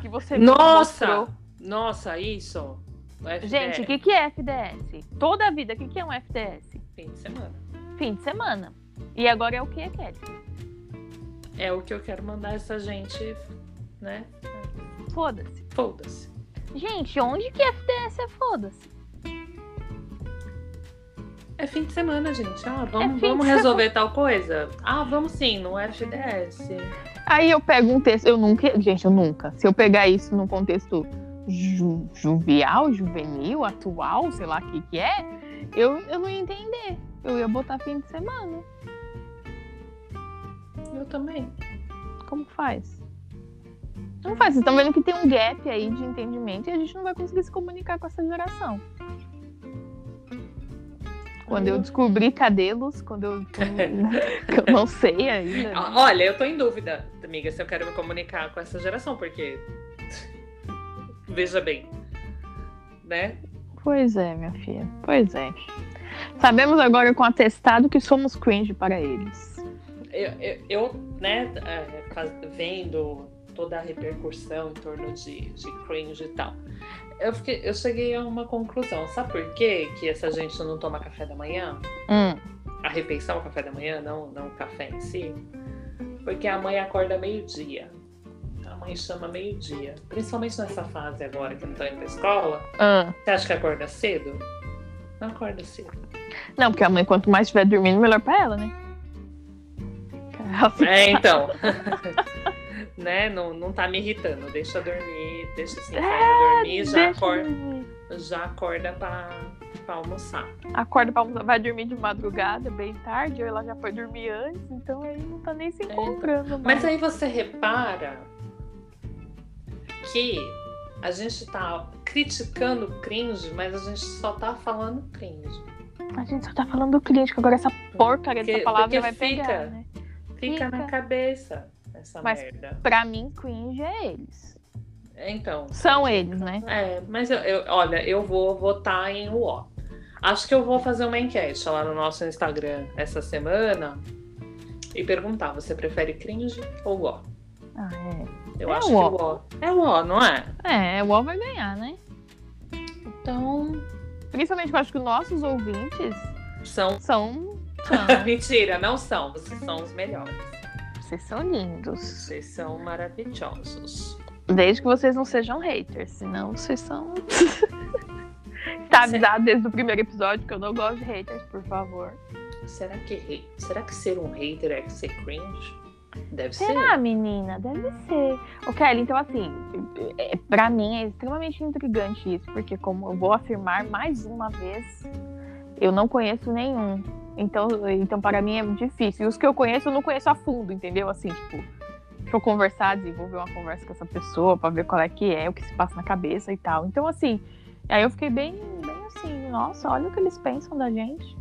Que você me mostrou. Nossa, isso! O FDE, Gente, o que, que é FDS? Toda a vida, o que, que é um FDS? fim de semana. Fim de semana. E agora é o que, Kelly? É o que eu quero mandar essa gente, né? Foda-se. Foda-se. Gente, onde que FDS é foda-se? É fim de semana, gente. Ah, É fim vamos, de vamos resolver tal coisa? Ah, vamos sim, no FDS. Aí eu pego um texto, eu nunca, gente, eu nunca. Se eu pegar isso num contexto ju- jovial, juvenil, atual, sei lá o que que é, eu, eu não ia entender. Eu ia botar fim de semana. Eu também. Como que faz? Não faz. Vocês estão vendo que tem um gap aí de entendimento e a gente não vai conseguir se comunicar com essa geração. Quando eu descobri cadelos, quando eu, [laughs] que eu não sei ainda. Ah, Olha, eu tô em dúvida, amiga, se eu quero me comunicar com essa geração, porque. [laughs] Veja bem. Né? Pois é, minha filha. Pois é. Sabemos agora com atestado que somos cringe para eles. Eu, eu, eu, né, é, faz- vendo toda a repercussão em torno de, de cringe e tal, eu, fiquei, eu cheguei a uma conclusão. Sabe por quê que essa gente não toma café da manhã? Hum, a refeição, o café da manhã, não, não o café em si, porque a mãe acorda meio-dia. A mãe chama meio-dia. Principalmente nessa fase agora que não tá indo pra escola. Ah. Você acha que acorda cedo? Não acorda cedo. Não, porque a mãe, quanto mais estiver dormindo, melhor para ela, né? Ela fica- [laughs] É, então. [laughs] né? Não, não tá me irritando. Deixa eu dormir, deixa esse inferno dormir, já É, Deixa acorda, dormir. já acorda pra, pra pra almoçar. Acorda pra almoçar, vai dormir de madrugada, bem tarde, ou ela já foi dormir antes, então aí não tá nem se encontrando. mais. É. Mas aí você repara que a gente tá criticando o cringe, mas a gente só tá falando cringe. A gente só tá falando do cliente, que agora essa porcaria Porque- dessa palavra porque vai fica- pegar, né? Fica, Fica. na cabeça essa Mas- merda. Pra mim, cringe é eles. Então, São eles, né? É, mas eu, eu- olha, eu vou votar em UO. Acho que eu vou fazer uma enquete lá no nosso Instagram essa semana e perguntar: você prefere cringe ou UO? Ah, Eu É acho uó. que UO. É UO, não é? é. É, o UOL vai ganhar, né? Então, Principalmente que eu acho que nossos ouvintes são. [laughs] são. Mentira, não são. Vocês são os melhores. Vocês são lindos. Vocês são maravilhosos. Desde que vocês não sejam haters, senão vocês são. [laughs] tá avisado desde o primeiro episódio que eu não gosto de haters, por favor. Será que, hate- será que ser um hater é ser cringe? Deve Será, menina? Deve ser. Ô, Kelly, então assim, é, pra mim é extremamente intrigante isso, porque como eu vou afirmar mais uma vez, eu não conheço nenhum. Então, então para mim é difícil. E os que eu conheço, eu não conheço a fundo, entendeu? Assim, tipo, deixa eu conversar, desenvolver uma conversa com essa pessoa pra ver qual é que é, o que se passa na cabeça e tal. Então, assim, aí eu fiquei bem, bem assim, nossa, olha o que eles pensam da gente.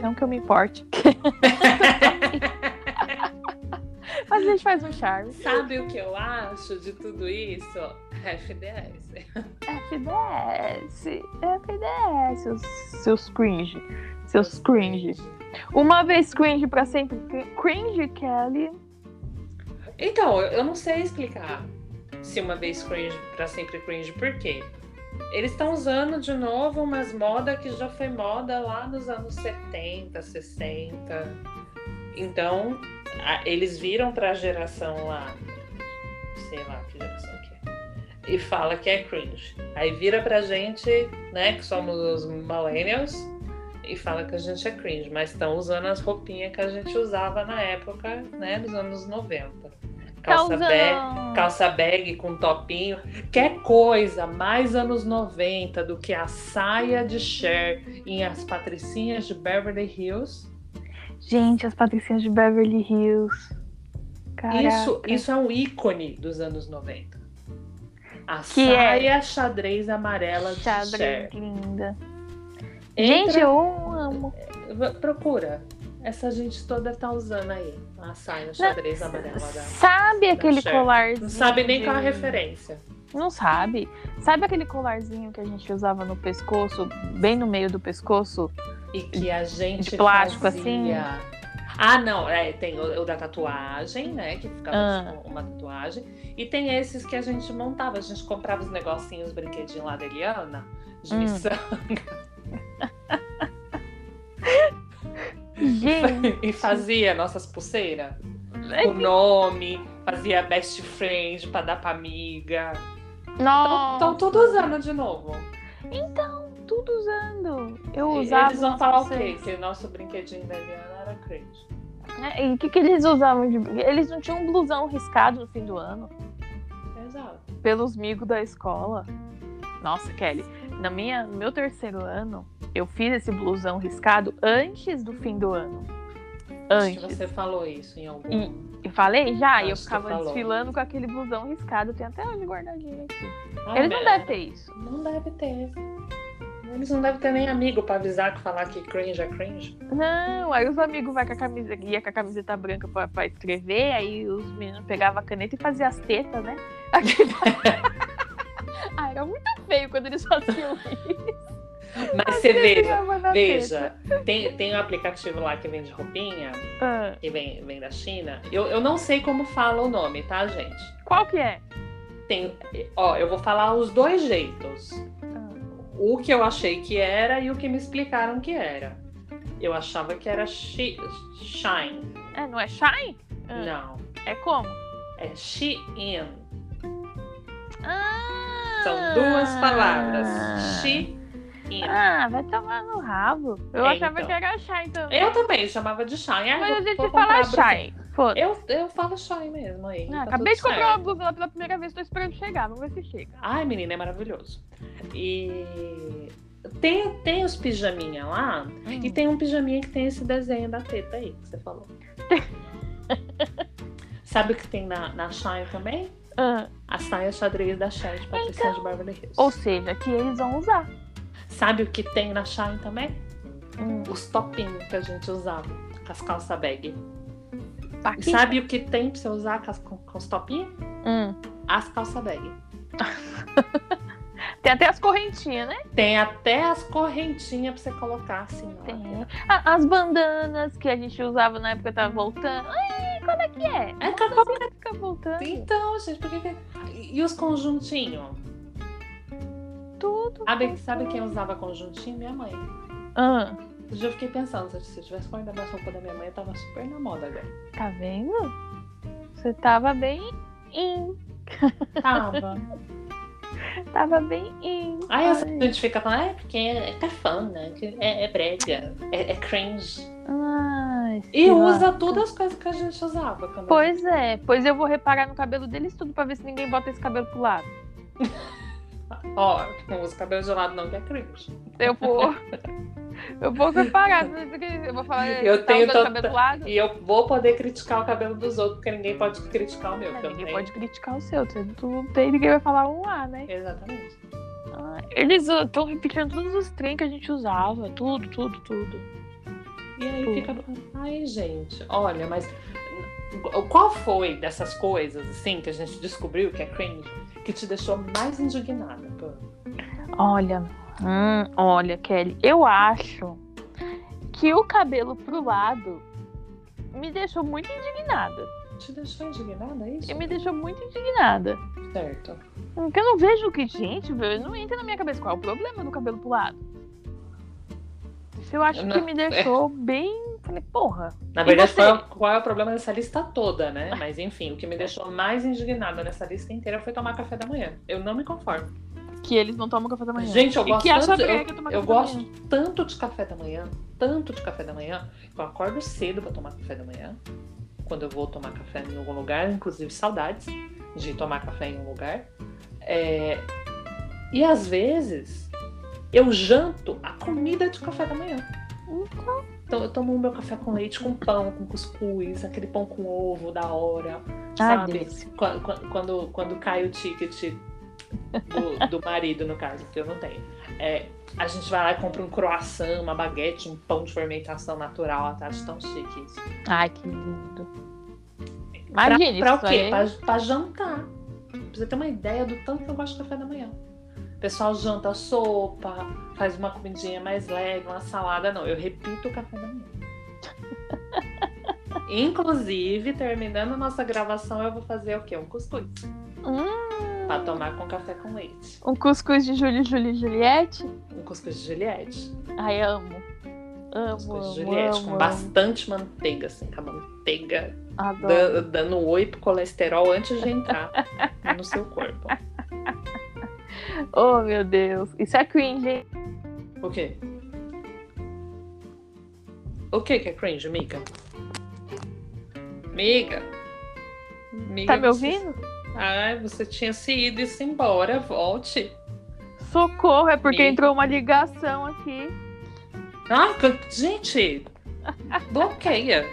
Não que eu me importe. [laughs] Mas a gente faz um charme. Sabe o que eu acho de tudo isso? FDS. É FDS, FDS, seus, é seus cringe, seus cringe. Uma vez cringe pra sempre cri- cringe, Kelly. Então, eu- eu não sei explicar se uma vez cringe pra sempre cringe, por quê? Eles estão usando de novo umas modas que já foi moda lá nos anos 70, 60. Então, a- eles viram pra geração lá, sei lá que geração que é, e fala que é cringe. Aí vira pra gente, né, que somos os millennials, e fala que a gente é cringe, mas estão usando as roupinhas que a gente usava na época, né, dos anos 90. Tá Calça bag, Causando. calça bag com topinho. Quer coisa mais anos 90 do que a saia de Cher em As Patricinhas de Beverly Hills? Gente, as patricinhas de Beverly Hills. Caraca. Isso, isso é um ícone dos anos 90. A Que é? saia xadrez amarela de Xadrez Cher. linda. Entra- Gente, eu amo. v- Procura. Essa gente toda tá usando aí a saia xadrez amarela da... Sabe aquele Cher. colarzinho? Não sabe nem qual é a de- referência. Não sabe. Sabe aquele colarzinho que a gente usava no pescoço, bem no meio do pescoço? E que a gente De plástico, fazia. assim? Ah, não, é, tem o, o da tatuagem, né? Que ficava Ah. tipo, uma tatuagem. E tem esses que a gente montava. A gente comprava os negocinhos, os brinquedinhos lá da Eliana, de Hum. missão, [laughs] Gente. [laughs] e fazia nossas pulseiras. É O nome, fazia best friend pra dar pra amiga. Então, Nossa. Estão tudo usando de novo. Então, tudo usando. Eu E usava. um Eles vão umas falar o quê? pulseiras. Que o nosso brinquedinho da Eliana era cringe. É, E o que, que eles usavam? de- Eles não tinham um blusão riscado no fim do ano, Exato. pelos migos da escola. Nossa, Kelly, na minha, no meu terceiro ano, eu fiz esse blusão riscado antes do fim do ano. Acho que Antes. Hum. você falou isso em algum. E falei já, Acho e eu que ficava falou. desfilando com aquele blusão riscado. Tem até hoje guardadinho aqui. Ah, Eles não merda. devem ter isso. Não deve ter. Eles não devem ter nem amigo pra avisar que falar que cringe é cringe. Não, aí os amigos vai com a camisa, ia com a camiseta branca pra, pra escrever, aí os meninos pegavam a caneta e faziam as tetas, né? [laughs] [laughs] Aquele- ah, era muito feio quando eles faziam isso. Mas você veja, Tirava na teta. veja. Tem, tem um aplicativo lá que vende roupinha, Ah, que vem, vem da China. Eu, eu não sei como fala o nome, tá, gente? qual que é? Tem, ó, eu vou falar os dois jeitos. O que eu achei que era e o que me explicaram que era. Eu achava que era shi, Shine. É, não é shine? Ah. Não. É como? É Shein. Ah! São duas palavras. Shein. Ah, vai tomar no rabo. Eu É, achava então. que era shine também. Eu também chamava de Shine. Ah, Mas vou- a gente vou fala comprar a shine. Foda. Eu, eu falo Shine mesmo aí. Ah, tá acabei de tudo comprar certo. uma blusa lá pela primeira vez, tô esperando chegar, vamos ver se chega. Ai, menina, é maravilhoso. E Tem, tem os pijaminha lá, Hum. e Então, tem um pijaminha que tem esse desenho da teta aí, que você [laughs] falou. Sabe o que tem na, na Shine também? Ah, A saia xadrez da Shine Então, de Patricinha de Beverly Hills. Ou seja, que eles vão usar. Sabe o que tem na Shine também? Os topinhos que a gente usava, com as calça bag. E Hum, tá Aqui. sabe o que tem pra você usar com, as- com- com os topinhos? Hum. As calça bag. Tem até as correntinhas, né? Tem até as correntinhas pra você colocar assim. na Tem. lateral. A- As bandanas que a gente usava na época tava voltando. Ai, como é que é? Hum. É Nossa, capaz- sempre fica voltando. Então, gente, por que que... E e os conjuntinhos? Tudo. Sabe, sabe quem usava conjuntinho? Minha mãe. Ah, Outro dia eu fiquei pensando, se eu tivesse guardado a roupa da minha mãe, eu tava super na moda agora. tá vendo? Você tava bem in. Tava. Tava bem in. [laughs] Aí essa gente fica falando, ah, é porque é cafona, que é, é brega, é, é cringe. Ai, E sei lá. usa todas as coisas que a gente usava. Quando Pois é, pois eu vou reparar no cabelo deles tudo pra ver se ninguém bota esse cabelo pro lado. Ó, não usa cabelo gelado não, que é cringe. [laughs] Eu vou. Eu vou reparar. né, Eu vou falar. Eu tá tenho usando tanta- cabelo pro lado. E eu vou poder criticar o cabelo dos outros, porque ninguém pode criticar o meu. Mas porque eu É, ninguém tenho- pode criticar o seu. Tu tu não tem, ninguém vai falar um A, né? Exatamente. Ah, Eles estão repetindo todos os trem que a gente usava. Tudo, tudo, tudo. E aí Tudo. fica. Ai, gente, olha, mas qual foi dessas coisas, assim, que a gente descobriu que é cringe, que te deixou mais indignada? pô? Olha, hum, olha, Kelly, eu acho que o cabelo pro lado me deixou muito indignada. Te deixou indignada, é isso? E me deixou muito indignada. Certo. Porque eu não vejo que, gente, velho, não entra na minha cabeça qual é o problema do cabelo pro lado. Isso eu acho que Não, [laughs] me deixou bem. Falei, porra. Na E verdade, você? qual, é o- qual é o problema dessa lista toda, [laughs] né? Mas enfim, o que me deixou mais indignada nessa lista inteira foi tomar café da manhã. Eu não me conformo. Que eles não tomam café da manhã. Gente, eu E gosto que acha tanto- brega tomar eu café da gosto manhã. Tanto de café da manhã, tanto de café da manhã, que eu acordo cedo pra tomar café da manhã. Quando eu vou tomar café em algum lugar, inclusive saudades de tomar café em um lugar. É, E às vezes eu janto a comida de café da manhã. Então eu tomo o meu café com leite, com pão, com cuscuz, aquele pão com ovo da hora, Ah, sabe? delícia. Quan- quan- Quando, quando, cai o ticket do, do marido, no caso, porque eu não tenho. É, a gente vai lá e compra um croissant, uma baguete, um pão de fermentação natural à tarde, tão chique isso. Ai, que lindo. Pra, Imagina pra o isso quê? aí. Pra, pra jantar. Pra você ter uma ideia do tanto que eu gosto de café da manhã. O pessoal janta sopa, faz uma comidinha mais leve, uma salada. Não, eu repito o café da [laughs] manhã. Inclusive, terminando nossa gravação, eu vou fazer o quê? Um cuscuz. Hum, Pra tomar com café com leite. um cuscuz de Júlio, Júlio e Juliette? Um cuscuz de Juliette. Um Ai, amo. Amo, Cuscuz de amo, Juliette, amo, com amo. bastante manteiga, assim, com a manteiga Adoro. da- dando oi pro colesterol antes de entrar no seu corpo. Oh, meu Deus. Isso é cringe, hein? O quê? O que que é cringe, miga? Miga? Miga, Tá me você- ouvindo? Ai, você tinha se ido e se embora, volte. Socorro, é porque Sim. entrou uma ligação aqui. Ah, c- gente! Bloqueia.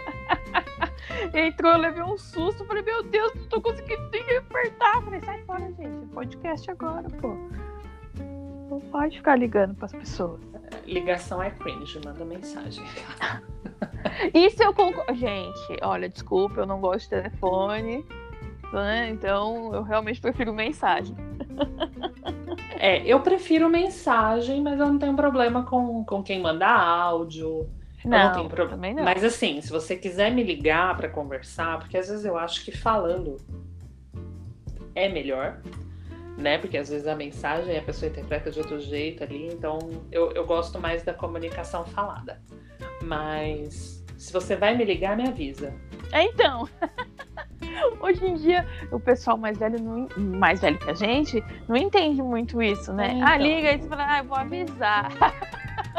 Entrou, eu levei um susto. Falei, meu Deus, não tô conseguindo nem apertar. Falei, sai fora, gente. é Podcast agora, pô. Não pode ficar ligando pras pessoas. Ligação é cringe, manda mensagem. Isso eu concordo. Gente, olha, desculpa, eu não gosto de telefone. né? Então, eu realmente prefiro mensagem. É, eu prefiro mensagem, mas eu não tenho problema com, com quem manda áudio. eu não Não, tenho problema. também não. Mas assim, se você quiser me ligar pra conversar, porque às vezes eu acho que falando é melhor, né? Porque às vezes a mensagem a pessoa interpreta de outro jeito ali, então eu, eu gosto mais da comunicação falada. Mas se você vai me ligar, me avisa. né? É, então. [laughs] Hoje em dia, o pessoal mais velho, não- mais velho que a gente, não entende muito isso, né? É, então. Ah, liga e você fala, ah, eu vou avisar. [laughs]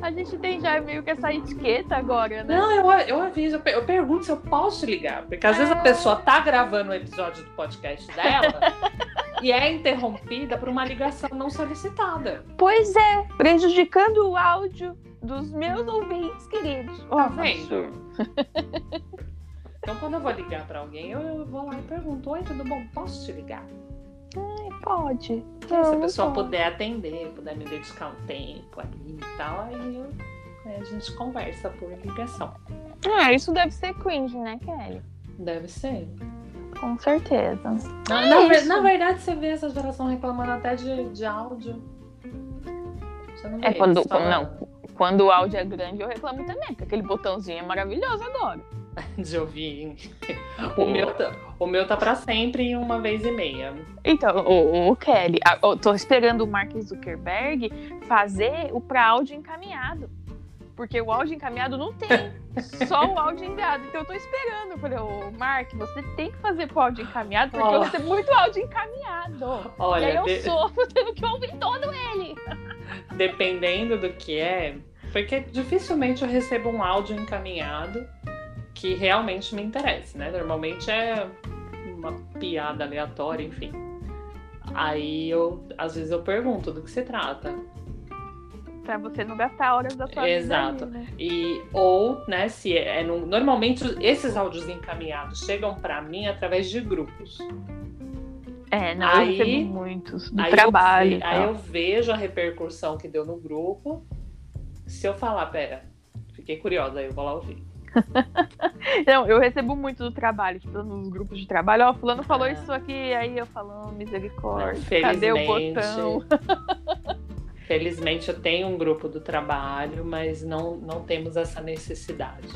a gente tem já meio que essa etiqueta agora, né? Não, eu, eu aviso, eu per- eu pergunto se Ah. eu posso te ligar. Porque às vezes a [laughs] É. pessoa tá gravando o episódio do podcast dela e é interrompida por uma ligação não solicitada. Pois é, prejudicando o áudio dos meus ouvintes queridos. Tá vendo? Então, quando eu vou ligar pra alguém, eu, eu vou lá e pergunto: Oi, tudo bom? Posso te ligar? Ai, pode. Se a Não, pessoa não. puder atender, puder me dedicar um tempo ali e tal, aí eu- aí a gente conversa por ligação. Ah, isso deve ser cringe, né, Kelly? Deve ser. Com certeza. Na, É na ver- isso. na verdade, você vê essa geração reclamando até de, de áudio. Você não vê né? É, quando- eles falando Quando o áudio é grande, eu reclamo também, porque aquele botãozinho é maravilhoso agora. De ouvir. [laughs] O meu, tá- o meu tá pra sempre em uma vez e meia. Então, o, o Kelly, a- eu tô esperando o Mark Zuckerberg fazer o pra áudio encaminhado. Porque o áudio encaminhado não [laughs] tem, só o áudio enviado. Então eu tô esperando. Eu falei, ô Mark, você tem que fazer pro áudio encaminhado, porque Ó. eu recebo muito áudio encaminhado. e aí Olha, eu de- sofro [laughs] tendo que ouvir todo ele. dependendo do que é, porque dificilmente eu recebo um áudio encaminhado que realmente me interesse, né? Normalmente é uma piada aleatória, enfim. Aí eu, às vezes eu pergunto do que se trata. Pra você não gastar horas da sua Exato. vida. né? Exato. E ou, né, se é, é num- normalmente esses áudios encaminhados chegam pra mim através de grupos. É, não, Aí- eu recebo muitos do Aí eu trabalho. ve- tá. e aí tal. eu vejo a repercussão que deu no grupo. Se eu falar, pera, fiquei curiosa, aí eu vou lá ouvir. Não, Então, eu recebo muito do trabalho, tipo, nos grupos de trabalho. Ó, fulano falou Ah. isso aqui, aí eu falo, "Oh, misericórdia, Né? Felizmente. cadê o botão? [laughs] Felizmente eu tenho um grupo do trabalho, mas não, não temos essa necessidade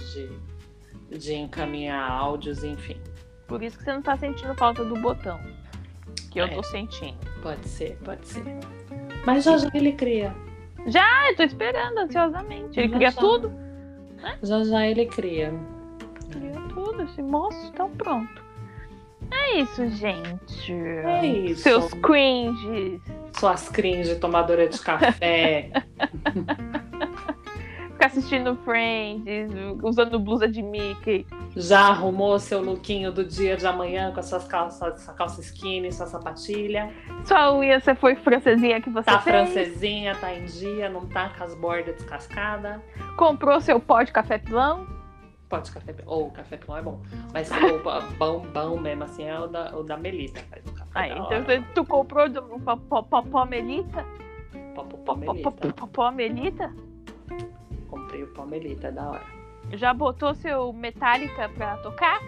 de, de encaminhar áudios, enfim. Por isso que você não tá sentindo falta do botão. Que eu É. tô sentindo. Pode ser, pode ser. Mas já já ele cria. Ah, eu tô esperando ansiosamente. Ele Já cria já. tudo, Já já ele cria. cria tudo, esse moço, então pronto. É isso, gente. É isso. Seus cringes. Suas cringe tomadora de [laughs] café. Ficar assistindo Friends, usando blusa de Mickey. já arrumou seu lookinho do dia de amanhã com as suas calças, sua calça skinny, sua sapatilha. Sua unha, você foi francesinha que você Tá fez. francesinha, tá em dia, não tá com as bordas descascadas. Comprou seu pó de café pilão. Pode café ou café pilão é bom. Mas o ba- bom, bom mesmo, assim, é o da, o da Melita. Faz um café Aí, da então hora, você, tu comprou do um po- po- po- pomelita? pó- pó- pó Po- po- Melita. po- po- Pomelita? Comprei o Palmelita, é da hora. Já botou seu Metallica pra tocar?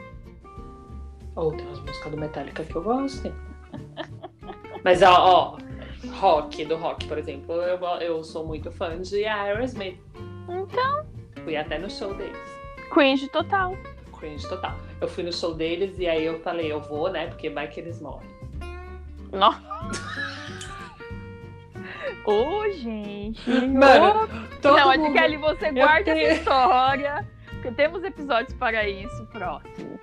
Ou tem umas músicas do Metallica que eu gosto. [laughs] hein? Mas, ó, ó, rock, do rock, por exemplo, eu, go- eu sou muito fã de Aerosmith. Então, Fui até no show deles. cringe total. Cringe total. Eu fui no show deles e aí eu falei, eu vou, né? Porque vai que eles morrem. Ô, gente. Mano, Ô, Todo não, mundo- Kelly, você guarda tenho- essa história. Porque temos episódios para isso, próximo.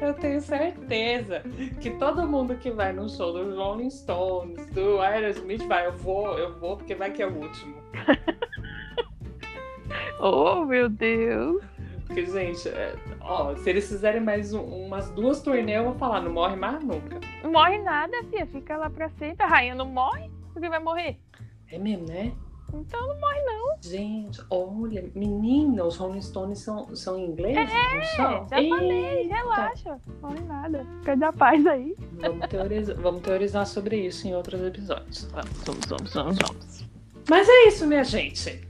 Eu tenho certeza que todo mundo que vai no show dos Rolling Stones, do Aerosmith, vai, eu vou, eu vou, porque vai que é o último. Oh, meu Deus. Porque, gente, é, ó, se eles fizerem mais um- umas duas turnê, eu vou falar, não morre mais nunca. Morre nada, filha. Fica lá pra sempre. A rainha não morre? Porque vai morrer? É mesmo, né? Então não morre, não. Gente, olha, menina, os Rolling Stones são, são ingleses? não são? É, já falei, Eita. Relaxa. Morre nada. Fica da paz aí. Vamos teorizar, vamos teorizar sobre isso em outros episódios. tá? Vamos, vamos, vamos, vamos. Mas é isso, minha gente.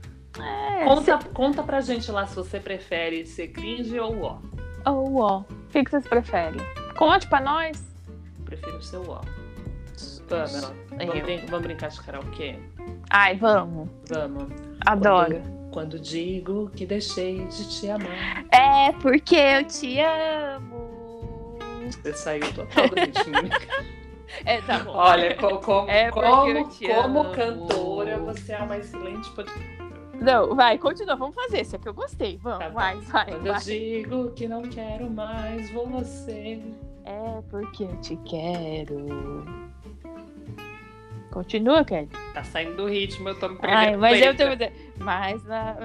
É, Conta, conta pra gente lá se você prefere ser cringe ou ó. ou ó? O que que vocês preferem? Conte pra nós. Prefiro ser o ó. Pamela, vamos, Eu. brin- vamos brincar de karaokê? Ai, vamos. Vamos. Adoro. Quando digo que deixei de te amar. É porque eu te amo. Você saiu total do ritmo. É, tá bom. [laughs] Olha, co- co- É porque eu como, te como amo. cantora você é uma excelente podcast. Não, vai, continua. Vamos fazer. Esse aqui eu gostei. Vamos, Tá bom. vai, vai, Quando eu vai. digo que não quero mais você. É porque eu te quero. Continua, Kelly. Tá saindo do ritmo, eu tô me perdendo. Ai, mas eu letra. tenho. Mas. na-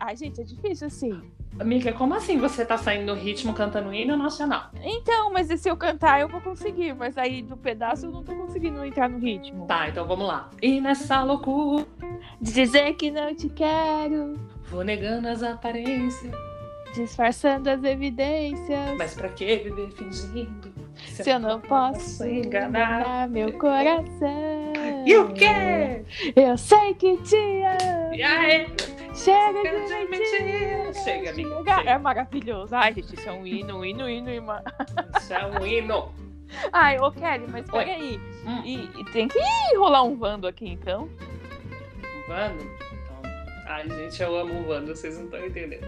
Ai, gente, é difícil assim. Amiga, como assim você tá saindo do ritmo cantando o hino nacional? Então, mas e se eu cantar, eu vou conseguir. Mas aí do pedaço eu não tô conseguindo entrar no ritmo. Tá, então vamos lá. E nessa loucura, Dizer que não te quero, vou negando as aparências. disfarçando as evidências. Mas pra que viver fingindo? se eu não posso enganar enganar meu coração. E o quê? Eu sei que te amo. E aí? Chega Chega de de mentira. mentira. Chega, amiga, Chega. chega. É maravilhoso. Ai, gente, isso é um hino, um hino, um hino, irmã. Isso é um hino. Ai, ô Kelly, mas Oi. peraí. Hum. E, e tem que rolar um vando aqui, então. Vando? Então, Ai, gente, eu amo o Vando, vocês não estão entendendo.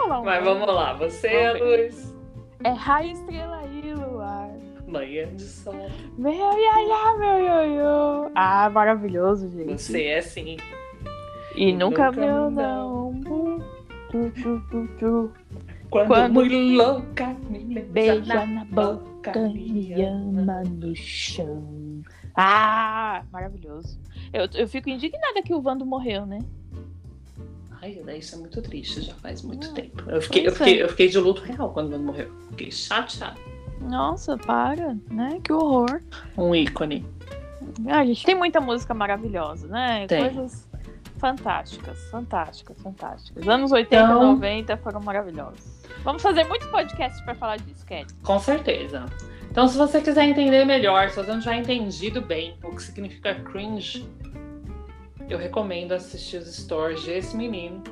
Rolar um Mas vando. vamos lá, você é a Vamos luz. É raio, estrela e luar. Manhã de sol. Meu iaia, meu ioiô. Ah, maravilhoso, gente. Você é sim. E nunca, Nunca meu meu não. Tu, tu, tu, tu. Quando, Quando- muito louca, me beija, Beija na na boca. boca. me ama. Cama no chão. Ah, maravilhoso. Eu, eu fico indignada que o Vando morreu, né? Ai, daí isso é muito triste, já faz muito Ah, tempo. Eu fiquei, eu, pois é. fiquei, eu fiquei de luto real quando ele morreu. Fiquei chateada. Nossa, para, né? Que horror. Um ícone. Ah, gente, tem muita música maravilhosa, né? Tem. Coisas fantásticas, fantásticas, fantásticas. Anos 80, Então- 90 foram maravilhosos. Vamos fazer muitos podcasts pra falar disso, Cat. Com certeza. Então, se você quiser entender melhor, se você não tiver entendido bem o que significa cringe, eu recomendo assistir os stories desse menino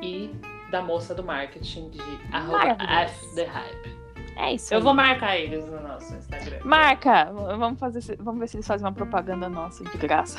e da moça do marketing de arroba Maravilhoso. F the Hype. É isso. Eu aí. vou marcar eles no nosso Instagram. Marca, v- vamos fazer, se- vamos ver se eles fazem uma propaganda nossa de graça.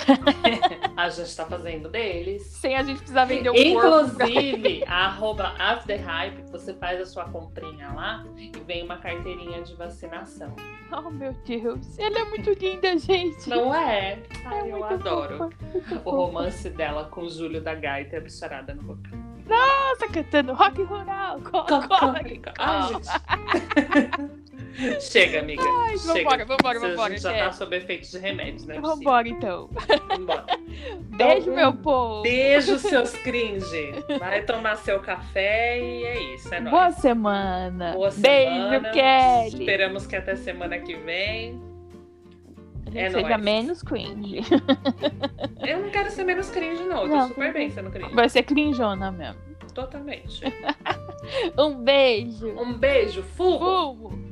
[laughs] A gente tá fazendo deles. Sem a gente precisar vender o corpo. pra- Inclusive, [laughs] a arroba After Hype, você faz a sua comprinha lá e vem uma carteirinha de vacinação. Oh, meu Deus. Ela é muito linda, gente. Não é? É Ai, eu muito adoro. fofa, muito O fofa. romance dela com o Júlio da Gaita absorada no vocal. Nossa, tá cantando rock rural. co- cola aqui. Ai, gente. Ah. [laughs] Chega, amiga. Ai, Chega. Vambora, vambora, Você vambora. já Cat. tá sob efeito de remédio, né? Priscila? Vambora, então. Vambora. Beijo, um meu povo. Beijo, seus cringe. Vai tomar seu café e é isso. É nóis. Boa semana. Boa Beijo, semana. Kelly. Esperamos que até semana que vem. A gente É seja nóis. menos cringe. [laughs] Eu não quero ser menos cringe, não. Eu tô Não. super bem sendo cringe. Vai ser cringeona mesmo. Totalmente. Um beijo. Um beijo, fumo! Fumo.